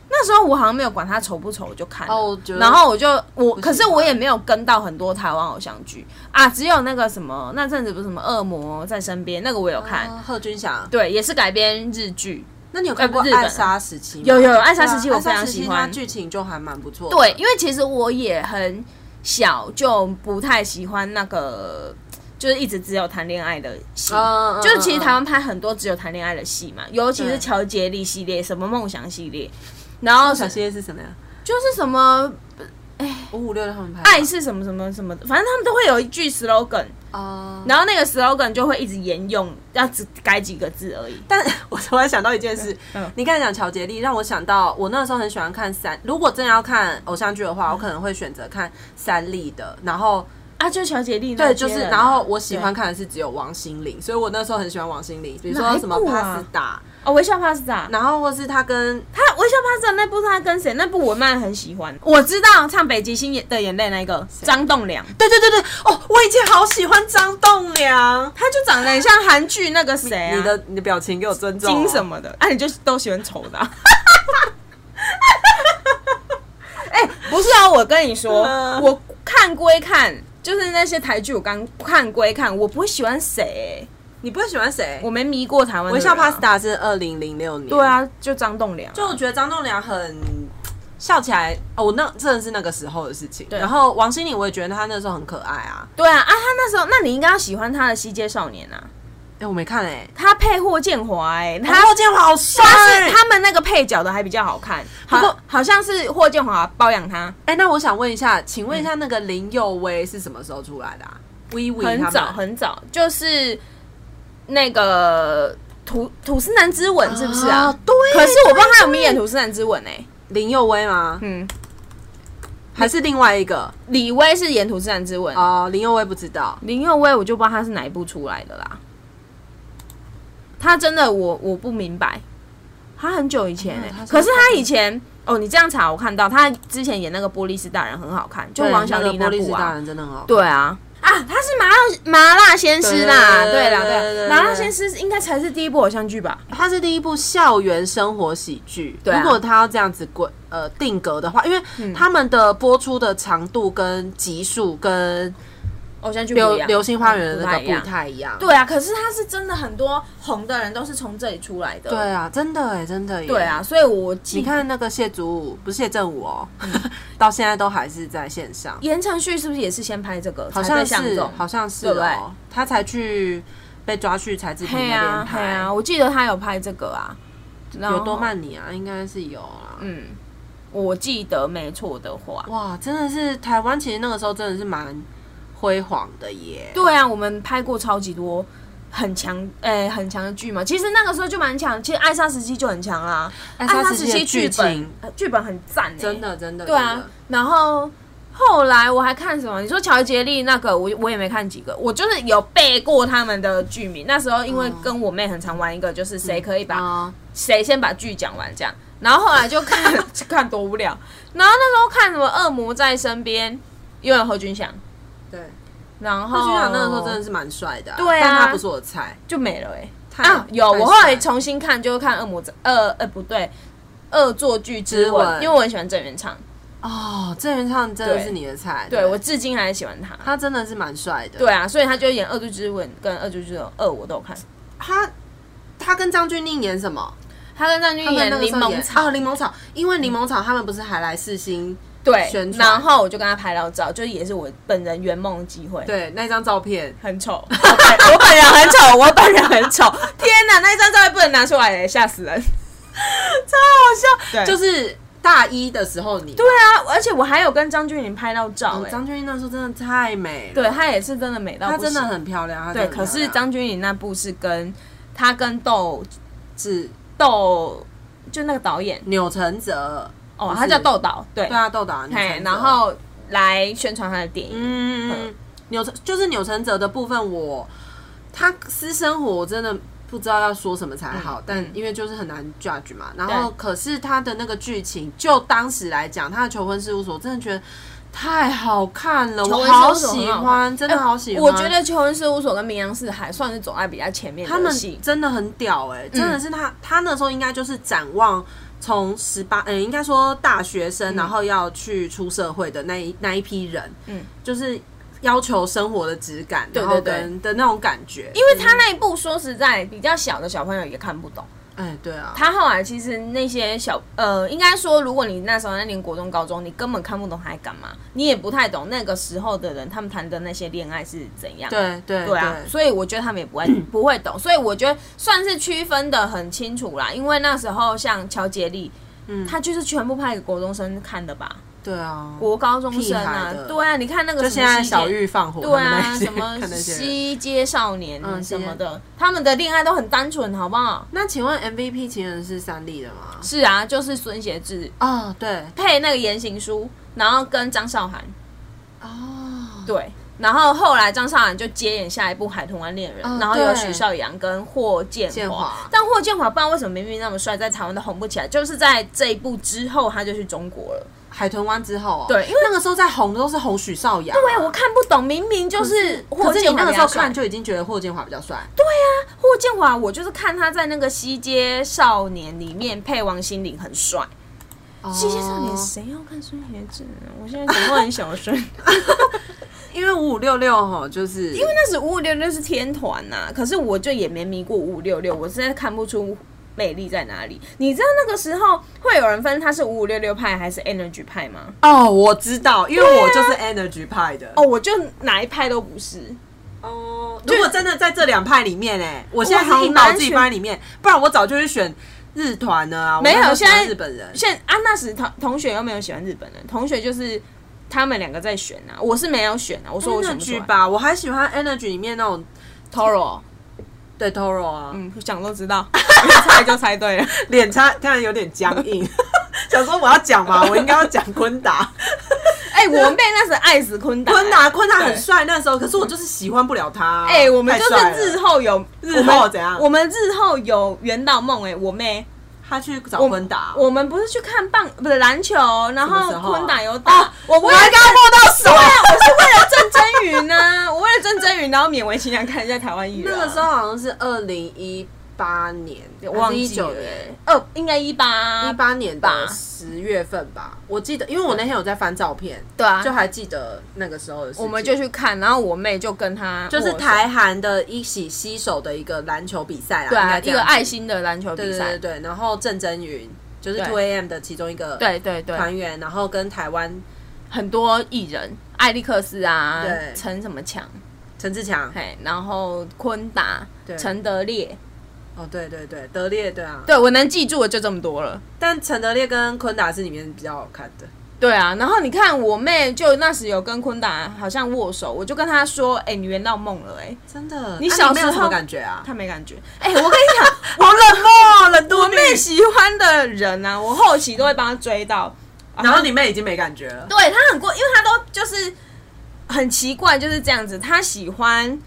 [SPEAKER 2] 那时候我好像没有管他丑不丑，我就看了。
[SPEAKER 1] 哦我觉得
[SPEAKER 2] 然后我就我，
[SPEAKER 1] 不喜欢
[SPEAKER 2] 可是我也没有跟到很多台湾偶像剧啊，只有那个什么那阵子不是什么《恶魔在身边》那个我有看，
[SPEAKER 1] 啊贺军翔，
[SPEAKER 2] 嗯对，也是改编日剧。
[SPEAKER 1] 那你有看过
[SPEAKER 2] 呃日
[SPEAKER 1] 《
[SPEAKER 2] 本
[SPEAKER 1] 暗杀时期》吗？
[SPEAKER 2] 有有有暗杀时期
[SPEAKER 1] 对啊
[SPEAKER 2] 我非
[SPEAKER 1] 暗
[SPEAKER 2] 常
[SPEAKER 1] 杀时期
[SPEAKER 2] 喜
[SPEAKER 1] 它
[SPEAKER 2] 欢
[SPEAKER 1] 剧情就还蛮不错的。
[SPEAKER 2] 对，因为其实我也很小就不太喜欢那个，就是一直只有谈恋爱的戏。
[SPEAKER 1] 嗯，嗯，
[SPEAKER 2] 就是其
[SPEAKER 1] 嗯
[SPEAKER 2] 实台湾拍很多只有谈恋爱的戏嘛，尤其是
[SPEAKER 1] 对
[SPEAKER 2] 乔杰利系列、什么梦想系列，然后
[SPEAKER 1] 嗯小系列是什么呀？
[SPEAKER 2] 就是什么
[SPEAKER 1] 五五六六他们拍的
[SPEAKER 2] 爱是什么什么什么的，反正他们都会有一句 slogan，
[SPEAKER 1] 啊。
[SPEAKER 2] 然后那个 slogan 就会一直沿用，要只改几个字而已。
[SPEAKER 1] 但 我突然想到一件事
[SPEAKER 2] 嗯，
[SPEAKER 1] 你刚才讲乔杰利，让我想到我那时候很喜欢看三。如果真的要看偶像剧的话，我可能会选择看三立的，然后
[SPEAKER 2] 啊，就是乔杰利那
[SPEAKER 1] 对，
[SPEAKER 2] 些
[SPEAKER 1] 就是
[SPEAKER 2] 人啊
[SPEAKER 1] 然后我喜欢看的是只有王心凌，所以我那时候很喜欢王心凌，比如
[SPEAKER 2] 哪
[SPEAKER 1] 说
[SPEAKER 2] 一
[SPEAKER 1] 什么
[SPEAKER 2] 部啊
[SPEAKER 1] 帕斯达，
[SPEAKER 2] 对哦，微笑 pasta，
[SPEAKER 1] 然后或是他跟
[SPEAKER 2] 他微笑 pasta 那部他跟谁？那部我曼很喜欢，我知道唱《北极星的眼泪》那个张栋梁，
[SPEAKER 1] 对对对对哦，我以前好喜欢张栋梁，
[SPEAKER 2] 他就长得很像韩剧那个谁啊，
[SPEAKER 1] 你的你的表情给我尊重、哦
[SPEAKER 2] 金什
[SPEAKER 1] 么？
[SPEAKER 2] 么的，啊，你就是都喜欢丑的、啊。 哎、不是啊，我跟你说，
[SPEAKER 1] 嗯
[SPEAKER 2] 我看归看，就是那些台剧，我刚看归看，我不会喜欢谁、欸
[SPEAKER 1] 你不会喜欢谁？
[SPEAKER 2] 我没迷过台湾的
[SPEAKER 1] 微
[SPEAKER 2] 人
[SPEAKER 1] 笑
[SPEAKER 2] 啊。
[SPEAKER 1] 帕斯达是二零零六年，
[SPEAKER 2] 对，啊，就张栋梁啊，
[SPEAKER 1] 就我觉得张栋梁很笑起来哦，我那真的是那个时候的事情。
[SPEAKER 2] 对
[SPEAKER 1] 然后王心凌，我也觉得她那时候很可爱啊。
[SPEAKER 2] 对啊啊，他那时候，那你应该要喜欢他的《西街少年》啊，
[SPEAKER 1] 哎、我没看哦哎、
[SPEAKER 2] 他配霍建华、哎，他
[SPEAKER 1] 他霍建华好帅，
[SPEAKER 2] 他是他们那个配角的还比较好看，不
[SPEAKER 1] 好
[SPEAKER 2] 过好像是霍建华包养他，
[SPEAKER 1] 哎、那我想问一下，请问一下那个林佑威是什么时候出来的、啊？微微
[SPEAKER 2] 嗯很早很早，就是那个吐吐司男之吻是不是啊？
[SPEAKER 1] 对。
[SPEAKER 2] 可是我不知道他有没有演《吐司男之吻》哎，
[SPEAKER 1] 林佑威吗？
[SPEAKER 2] 嗯，
[SPEAKER 1] 还是另外一个？
[SPEAKER 2] 李威是演《吐司男之吻》
[SPEAKER 1] 哦、林佑威不知道。
[SPEAKER 2] 林佑威我就不知道他是哪一部出来的啦。他真的我我不明白，他很久以前哎、
[SPEAKER 1] 嗯他是
[SPEAKER 2] 可是他以前哦，你这样查我看到他之前演那个《玻璃斯大人》很好看，就
[SPEAKER 1] 对
[SPEAKER 2] 王小
[SPEAKER 1] 那
[SPEAKER 2] 利
[SPEAKER 1] 个
[SPEAKER 2] 那
[SPEAKER 1] 玻璃
[SPEAKER 2] 部
[SPEAKER 1] 斯大
[SPEAKER 2] 啊，
[SPEAKER 1] 人真的很好。
[SPEAKER 2] 对啊。啊，他是麻辣麻辣鲜师啦，
[SPEAKER 1] 对
[SPEAKER 2] 对啦，
[SPEAKER 1] 对对
[SPEAKER 2] 对
[SPEAKER 1] 对
[SPEAKER 2] 啦，麻辣
[SPEAKER 1] 对
[SPEAKER 2] 鲜师应该才是第一部偶像剧吧？
[SPEAKER 1] 它是第一部校园生活喜剧。
[SPEAKER 2] 对啊嗯
[SPEAKER 1] 如果它要这样子规呃定格的话，因为他们的播出的长度跟集数跟
[SPEAKER 2] 偶像剧不
[SPEAKER 1] 流
[SPEAKER 2] 一样
[SPEAKER 1] 流星花园的
[SPEAKER 2] 不
[SPEAKER 1] 那
[SPEAKER 2] 太
[SPEAKER 1] 个
[SPEAKER 2] 一样
[SPEAKER 1] 嗯不太一样。
[SPEAKER 2] 对啊，可是他是真的很多红的人都是从这里出来的。
[SPEAKER 1] 对啊，真的哎、真的耶
[SPEAKER 2] 对啊，。所以我记
[SPEAKER 1] 你看那个谢祖武，不是谢振武哦， 到现在都还是在线上，
[SPEAKER 2] 言承旭是不是也是先拍这个，
[SPEAKER 1] 好
[SPEAKER 2] 才
[SPEAKER 1] 像
[SPEAKER 2] 被相
[SPEAKER 1] 是
[SPEAKER 2] 中
[SPEAKER 1] 好像是
[SPEAKER 2] 对不对
[SPEAKER 1] 哦，他才去被抓去柴智屏
[SPEAKER 2] 嘿
[SPEAKER 1] 那边
[SPEAKER 2] 啊嘿
[SPEAKER 1] 拍，
[SPEAKER 2] 啊，我记得他有拍这个啊，然后
[SPEAKER 1] 有多？慢你啊，应该是有啦。
[SPEAKER 2] 嗯，我记得没错的话，
[SPEAKER 1] 哇，真的是台湾，其实那个时候真的是蛮辉煌的耶。
[SPEAKER 2] 对啊，我们拍过超级多。很强，诶、很强的剧嘛。其实那个时候就蛮强，其实《爱莎时期》就很强啦，《
[SPEAKER 1] 爱莎时期
[SPEAKER 2] 时
[SPEAKER 1] 的
[SPEAKER 2] 期》
[SPEAKER 1] 剧
[SPEAKER 2] 剧本
[SPEAKER 1] 情哎
[SPEAKER 2] 呃剧本很赞、欸，
[SPEAKER 1] 真的真的，
[SPEAKER 2] 对
[SPEAKER 1] 真
[SPEAKER 2] 啊
[SPEAKER 1] 的，，
[SPEAKER 2] 然后后来我还看什么？你说乔杰利那个，我我也没看几个，我就是有背过他们的剧名。那时候因为跟我妹很常玩一个，就是谁可以把
[SPEAKER 1] 啊，
[SPEAKER 2] 谁、先把剧讲完这样。然后后来 就看看多无聊，然后那时候看什么《恶魔在身边》，因为有何君祥，
[SPEAKER 1] 对，
[SPEAKER 2] 然后
[SPEAKER 1] 贺军翔那个时候真的是蛮帅的啊，
[SPEAKER 2] 对啊
[SPEAKER 1] 但他不是我的菜。
[SPEAKER 2] 就没了哎、欸。
[SPEAKER 1] 太
[SPEAKER 2] 啊，有
[SPEAKER 1] 太
[SPEAKER 2] 我后来
[SPEAKER 1] 帅
[SPEAKER 2] 重新看，就看《恶魔在呃呃不对，恶作剧之
[SPEAKER 1] 之
[SPEAKER 2] 吻
[SPEAKER 1] 吻》，
[SPEAKER 2] 因为我很喜欢郑元畅，
[SPEAKER 1] 哦，郑元畅真的是你的菜，
[SPEAKER 2] 对我至今还喜欢他。
[SPEAKER 1] 他真的是蛮帅的，
[SPEAKER 2] 对啊，所以他就演《恶作剧之吻》跟《恶作剧之吻二》，我都有看。
[SPEAKER 1] 他。他跟张钧甯演什么？
[SPEAKER 2] 他跟张钧
[SPEAKER 1] 他们
[SPEAKER 2] 演
[SPEAKER 1] 那
[SPEAKER 2] 《
[SPEAKER 1] 个
[SPEAKER 2] 柠
[SPEAKER 1] 时候
[SPEAKER 2] 檬
[SPEAKER 1] 演
[SPEAKER 2] 草》嗯
[SPEAKER 1] 哦，柠檬草，因为柠檬草他们不是还来试新
[SPEAKER 2] 对
[SPEAKER 1] 宣，传
[SPEAKER 2] 然后我就跟他拍到照，就是也是我本人圆梦的机会。，
[SPEAKER 1] 对那张照片，
[SPEAKER 2] 很 丑，我本我本人很丑，我本人很丑。天哪，那张照片不能拿出来耶，吓死人！ 对
[SPEAKER 1] 就是大一的时候你
[SPEAKER 2] 对啊，而且我还有跟张钧甯拍到照
[SPEAKER 1] 哦
[SPEAKER 2] 哎，
[SPEAKER 1] 张钧甯那时候真的太美了，
[SPEAKER 2] 对，她也是真的美到
[SPEAKER 1] 她
[SPEAKER 2] 不
[SPEAKER 1] 真
[SPEAKER 2] 行。
[SPEAKER 1] 的很漂亮，她真
[SPEAKER 2] 对，
[SPEAKER 1] 的很啊
[SPEAKER 2] 可是
[SPEAKER 1] 漂亮
[SPEAKER 2] 张钧甯那部是跟她跟窦
[SPEAKER 1] 是
[SPEAKER 2] 窦就那个导演
[SPEAKER 1] 钮承泽，
[SPEAKER 2] 哦，
[SPEAKER 1] 不
[SPEAKER 2] 他
[SPEAKER 1] 是
[SPEAKER 2] 叫窦导，对
[SPEAKER 1] 对，啊，豆导，钮
[SPEAKER 2] 嘿
[SPEAKER 1] 承，泽
[SPEAKER 2] 然后来宣传他的电影。
[SPEAKER 1] 嗯，钮承就是钮承泽的部分我，他私生活我真的不知道要说什么才好，但因为就是很难 judge 嘛。然后
[SPEAKER 2] 嗯对
[SPEAKER 1] 可是他的那个剧情，就当时来讲，他的求婚事务所真的觉得太好看了，我
[SPEAKER 2] 求婚事务所
[SPEAKER 1] 好
[SPEAKER 2] 很
[SPEAKER 1] 喜
[SPEAKER 2] 好看
[SPEAKER 1] 欢，真的
[SPEAKER 2] 哎
[SPEAKER 1] 好喜欢。
[SPEAKER 2] 我觉得求婚事务所跟绵阳市还算是走在比较前面的
[SPEAKER 1] 他们
[SPEAKER 2] 戏
[SPEAKER 1] 真的很屌哎、真
[SPEAKER 2] 嗯
[SPEAKER 1] 的是他，他那时候应该就是展望从十八，嗯，应该说大学生，然后要去出社会的那一那一批人，
[SPEAKER 2] 嗯
[SPEAKER 1] 嗯，就是要求生活的质感，
[SPEAKER 2] 对
[SPEAKER 1] 然后
[SPEAKER 2] 对对
[SPEAKER 1] 跟的那种感觉，
[SPEAKER 2] 因为他那一部说实在比较小的小朋友也看不懂。
[SPEAKER 1] 哎，对啊，
[SPEAKER 2] 他后来其实那些小呃，应该说，如果你那时候在念国中、高中，你根本看不懂他在干嘛，你也不太懂那个时候的人他们谈的那些恋爱是怎样。
[SPEAKER 1] 对对
[SPEAKER 2] 对啊，所以我觉得他们也 不会不会懂，所以我觉得算是区分的很清楚啦。因为那时候像乔杰利，嗯，他就是全部拍给国中生看的吧，
[SPEAKER 1] 对啊，
[SPEAKER 2] 国高中生
[SPEAKER 1] 屁
[SPEAKER 2] 啊
[SPEAKER 1] 孩，的
[SPEAKER 2] 对啊，你看那个
[SPEAKER 1] 就
[SPEAKER 2] 什么
[SPEAKER 1] 现在
[SPEAKER 2] 西街
[SPEAKER 1] 小玉放火，
[SPEAKER 2] 对
[SPEAKER 1] 他们
[SPEAKER 2] 啊，
[SPEAKER 1] 那 些
[SPEAKER 2] 什 么
[SPEAKER 1] 看那些人。
[SPEAKER 2] 西街少年
[SPEAKER 1] 嗯
[SPEAKER 2] 什么的，他们的恋爱都很单纯，好不好？
[SPEAKER 1] 那请问 MVP 情人是三立的吗？
[SPEAKER 2] 是啊，就是孙协志
[SPEAKER 1] 哦，对，
[SPEAKER 2] 配那个言行书，然后跟张韶涵，
[SPEAKER 1] 哦，
[SPEAKER 2] 对，然后后来张韶涵就接演下一部《海豚湾恋人》
[SPEAKER 1] 哦
[SPEAKER 2] 然后有
[SPEAKER 1] 对
[SPEAKER 2] 许绍洋跟霍建
[SPEAKER 1] 建
[SPEAKER 2] 华
[SPEAKER 1] 华。
[SPEAKER 2] 但霍建华不知道为什么明明那么帅，在台湾都红不起来，就是在这一部之后他就去中国了。
[SPEAKER 1] 海豚湾之后、哦，
[SPEAKER 2] 对因为
[SPEAKER 1] 那个时候在红的都是红许绍洋啊、
[SPEAKER 2] 对，我看不懂，明明就是霍
[SPEAKER 1] 可是
[SPEAKER 2] 建
[SPEAKER 1] 你
[SPEAKER 2] 华
[SPEAKER 1] 那个
[SPEAKER 2] 比
[SPEAKER 1] 时候
[SPEAKER 2] 较帅
[SPEAKER 1] 看。就已经觉得霍建华比较帅，
[SPEAKER 2] 啊霍建华，我就是看他在那个《西街少年》里面配王心凌很帅。
[SPEAKER 1] 哦
[SPEAKER 2] 《西街少年》谁要看孙学志呢？我现在怎么会很想 孙？
[SPEAKER 1] 因为五五六六哈，就是因为
[SPEAKER 2] 那时五五六六是天团呐、可是我就也没迷过五五六六，我实在看不出魅力在哪里。你知道那个时候会有人分他是五五六六派还是 Energy 派吗？
[SPEAKER 1] 哦，我知道，因为我就是 energy 派的
[SPEAKER 2] 哦，我就哪一派都不是。
[SPEAKER 1] 哦。如果真的在这两派里面呢、欸我现在
[SPEAKER 2] 我还
[SPEAKER 1] 还硬把我
[SPEAKER 2] 蛮
[SPEAKER 1] 自己
[SPEAKER 2] 选
[SPEAKER 1] 放在里面，不然我早就去选日团了啊。
[SPEAKER 2] 没有
[SPEAKER 1] 我那时候喜欢
[SPEAKER 2] 现在
[SPEAKER 1] 日本人
[SPEAKER 2] 现在安娜史同同学又没有喜欢日本人，同学就是他们两个在选啊，我是没有选啊，我说我选不出
[SPEAKER 1] energy
[SPEAKER 2] 来。
[SPEAKER 1] 吧，我还喜欢 energy 里面那种
[SPEAKER 2] Toro，
[SPEAKER 1] 对 Toro 啊，
[SPEAKER 2] 嗯，想都知道， 猜就猜对了。
[SPEAKER 1] 脸差当然有点僵硬， 想说我要讲嘛，我应该要讲昆达。
[SPEAKER 2] 哎、我妹那时爱死昆达，欸
[SPEAKER 1] 昆达，昆达很
[SPEAKER 2] 对
[SPEAKER 1] 帅，那时候，可是我就是喜欢不了他啊。
[SPEAKER 2] 哎、我们
[SPEAKER 1] 太
[SPEAKER 2] 就
[SPEAKER 1] 帅了
[SPEAKER 2] 是日后有
[SPEAKER 1] 日后怎样
[SPEAKER 2] 我们日后有圆到梦哎、我妹，
[SPEAKER 1] 他去找
[SPEAKER 2] 我
[SPEAKER 1] 哦昆达，
[SPEAKER 2] 我们不是去看棒不是篮球，然
[SPEAKER 1] 什么时
[SPEAKER 2] 后
[SPEAKER 1] 候啊
[SPEAKER 2] 昆达有打，
[SPEAKER 1] 哦
[SPEAKER 2] 我为
[SPEAKER 1] 我
[SPEAKER 2] 了
[SPEAKER 1] 还刚刚摸到手
[SPEAKER 2] 对。啊，我是为了郑真云呐、我为了郑真云，然后勉为其难看一下台湾艺人
[SPEAKER 1] 那
[SPEAKER 2] 啊、
[SPEAKER 1] 个时候好像是二零一八年，
[SPEAKER 2] 我忘记
[SPEAKER 1] 一九
[SPEAKER 2] 了
[SPEAKER 1] 年，
[SPEAKER 2] 二应该一八
[SPEAKER 1] 一八年
[SPEAKER 2] 吧
[SPEAKER 1] 的十月份吧。我记得，因为我那天有在翻照片，
[SPEAKER 2] 对啊
[SPEAKER 1] 就，还记得那个时候的事情。
[SPEAKER 2] 我们就去看，然后我妹就跟他
[SPEAKER 1] 就是
[SPEAKER 2] 握手
[SPEAKER 1] 台韩的一起携手的一个篮球比赛啦，
[SPEAKER 2] 对啊
[SPEAKER 1] 应该这
[SPEAKER 2] 一
[SPEAKER 1] 样
[SPEAKER 2] 个
[SPEAKER 1] 讲
[SPEAKER 2] 爱心的篮球比
[SPEAKER 1] 对对
[SPEAKER 2] 赛
[SPEAKER 1] 对，对，然后郑真云就是
[SPEAKER 2] 对
[SPEAKER 1] Two AM 的其中一个
[SPEAKER 2] 对对对，
[SPEAKER 1] 团员，然后跟台湾
[SPEAKER 2] 很多艺人，艾利克斯啊
[SPEAKER 1] 对，
[SPEAKER 2] 陈什么强，
[SPEAKER 1] 陈志强，
[SPEAKER 2] 嘿，然后昆达
[SPEAKER 1] 对、
[SPEAKER 2] 陈德烈，
[SPEAKER 1] 哦对对对，德烈对啊，
[SPEAKER 2] 对我能记住的就这么多了。
[SPEAKER 1] 但陈德烈跟昆达是里面比较好看的，
[SPEAKER 2] 对啊，然后你看我妹就那时有跟昆达好像握手，我就跟她说：“哎、你圆到梦了、哎，
[SPEAKER 1] 真的。
[SPEAKER 2] 你
[SPEAKER 1] 啊
[SPEAKER 2] 小
[SPEAKER 1] 没有
[SPEAKER 2] 时
[SPEAKER 1] 什么
[SPEAKER 2] 候
[SPEAKER 1] 感觉啊？
[SPEAKER 2] 她没感觉。哎、我跟你 讲，
[SPEAKER 1] 好冷漠、哦，冷多
[SPEAKER 2] 我
[SPEAKER 1] 女。
[SPEAKER 2] 妹喜欢的人啊，我后期都会帮她追到。啊
[SPEAKER 1] 然后你妹已经没感觉了，
[SPEAKER 2] 对她很过，因为她都就是很奇怪，就是这样子。她喜欢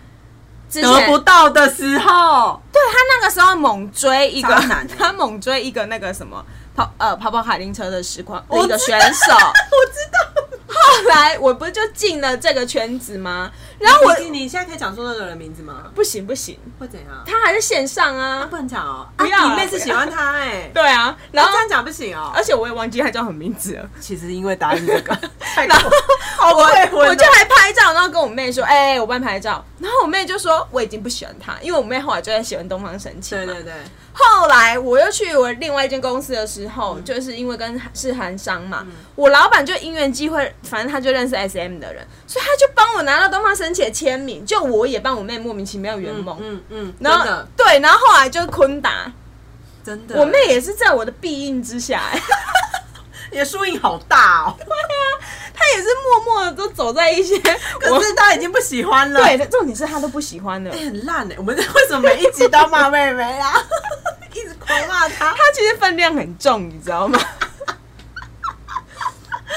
[SPEAKER 2] 之前
[SPEAKER 1] 得不到的时候，
[SPEAKER 2] 对他那个时候猛追一个
[SPEAKER 1] 渣男欸
[SPEAKER 2] 他猛追一个那个什么跑呃跑跑卡丁车的实况
[SPEAKER 1] 我
[SPEAKER 2] 一
[SPEAKER 1] 知道
[SPEAKER 2] 个选手，
[SPEAKER 1] 我知道。
[SPEAKER 2] 后来我不就进了这个圈子吗？然后我
[SPEAKER 1] 你你现在可以讲出那个人名字吗？
[SPEAKER 2] 不行不行，
[SPEAKER 1] 会怎样？
[SPEAKER 2] 他还是线上啊，
[SPEAKER 1] 不能讲哦。
[SPEAKER 2] 不要
[SPEAKER 1] 啊，
[SPEAKER 2] 啊
[SPEAKER 1] 你妹是喜欢他哎、
[SPEAKER 2] 对啊，
[SPEAKER 1] 然
[SPEAKER 2] 然
[SPEAKER 1] 后
[SPEAKER 2] 后
[SPEAKER 1] 这样讲不行哦。
[SPEAKER 2] 而且我也忘记他叫什么名字了，
[SPEAKER 1] 其实因为答应这个， 太
[SPEAKER 2] 然后
[SPEAKER 1] 好
[SPEAKER 2] 我
[SPEAKER 1] 悔婚哦
[SPEAKER 2] 我就还拍照，然后跟我妹说，哎、我帮你拍照，然后我妹就说我已经不喜欢他，因为我妹后来就在喜欢东方神起嘛，
[SPEAKER 1] 对对嗯对，
[SPEAKER 2] 后来我又去我另外一间公司的时候，
[SPEAKER 1] 嗯
[SPEAKER 2] 就是因为跟是韩商嘛，我老板就因缘机会，反正他就认识 S M 的人，所以他就帮我拿到东方神起的签名，就我也帮我妹莫名其妙圆梦。
[SPEAKER 1] 嗯嗯，真
[SPEAKER 2] 然后
[SPEAKER 1] 的
[SPEAKER 2] 对，然后后来就是昆达，
[SPEAKER 1] 真的，
[SPEAKER 2] 我妹也是在我的庇荫之下、 哎
[SPEAKER 1] 你的输赢好大哦。
[SPEAKER 2] 她也是默默的都走在一些我
[SPEAKER 1] 可是他已经不喜欢了，
[SPEAKER 2] 对，重点是她都不喜欢的。
[SPEAKER 1] 哎，很烂哎。我们 为什么每一集都要骂妹妹啊？ 一直狂骂她
[SPEAKER 2] 他。其实分量很重，你知道吗？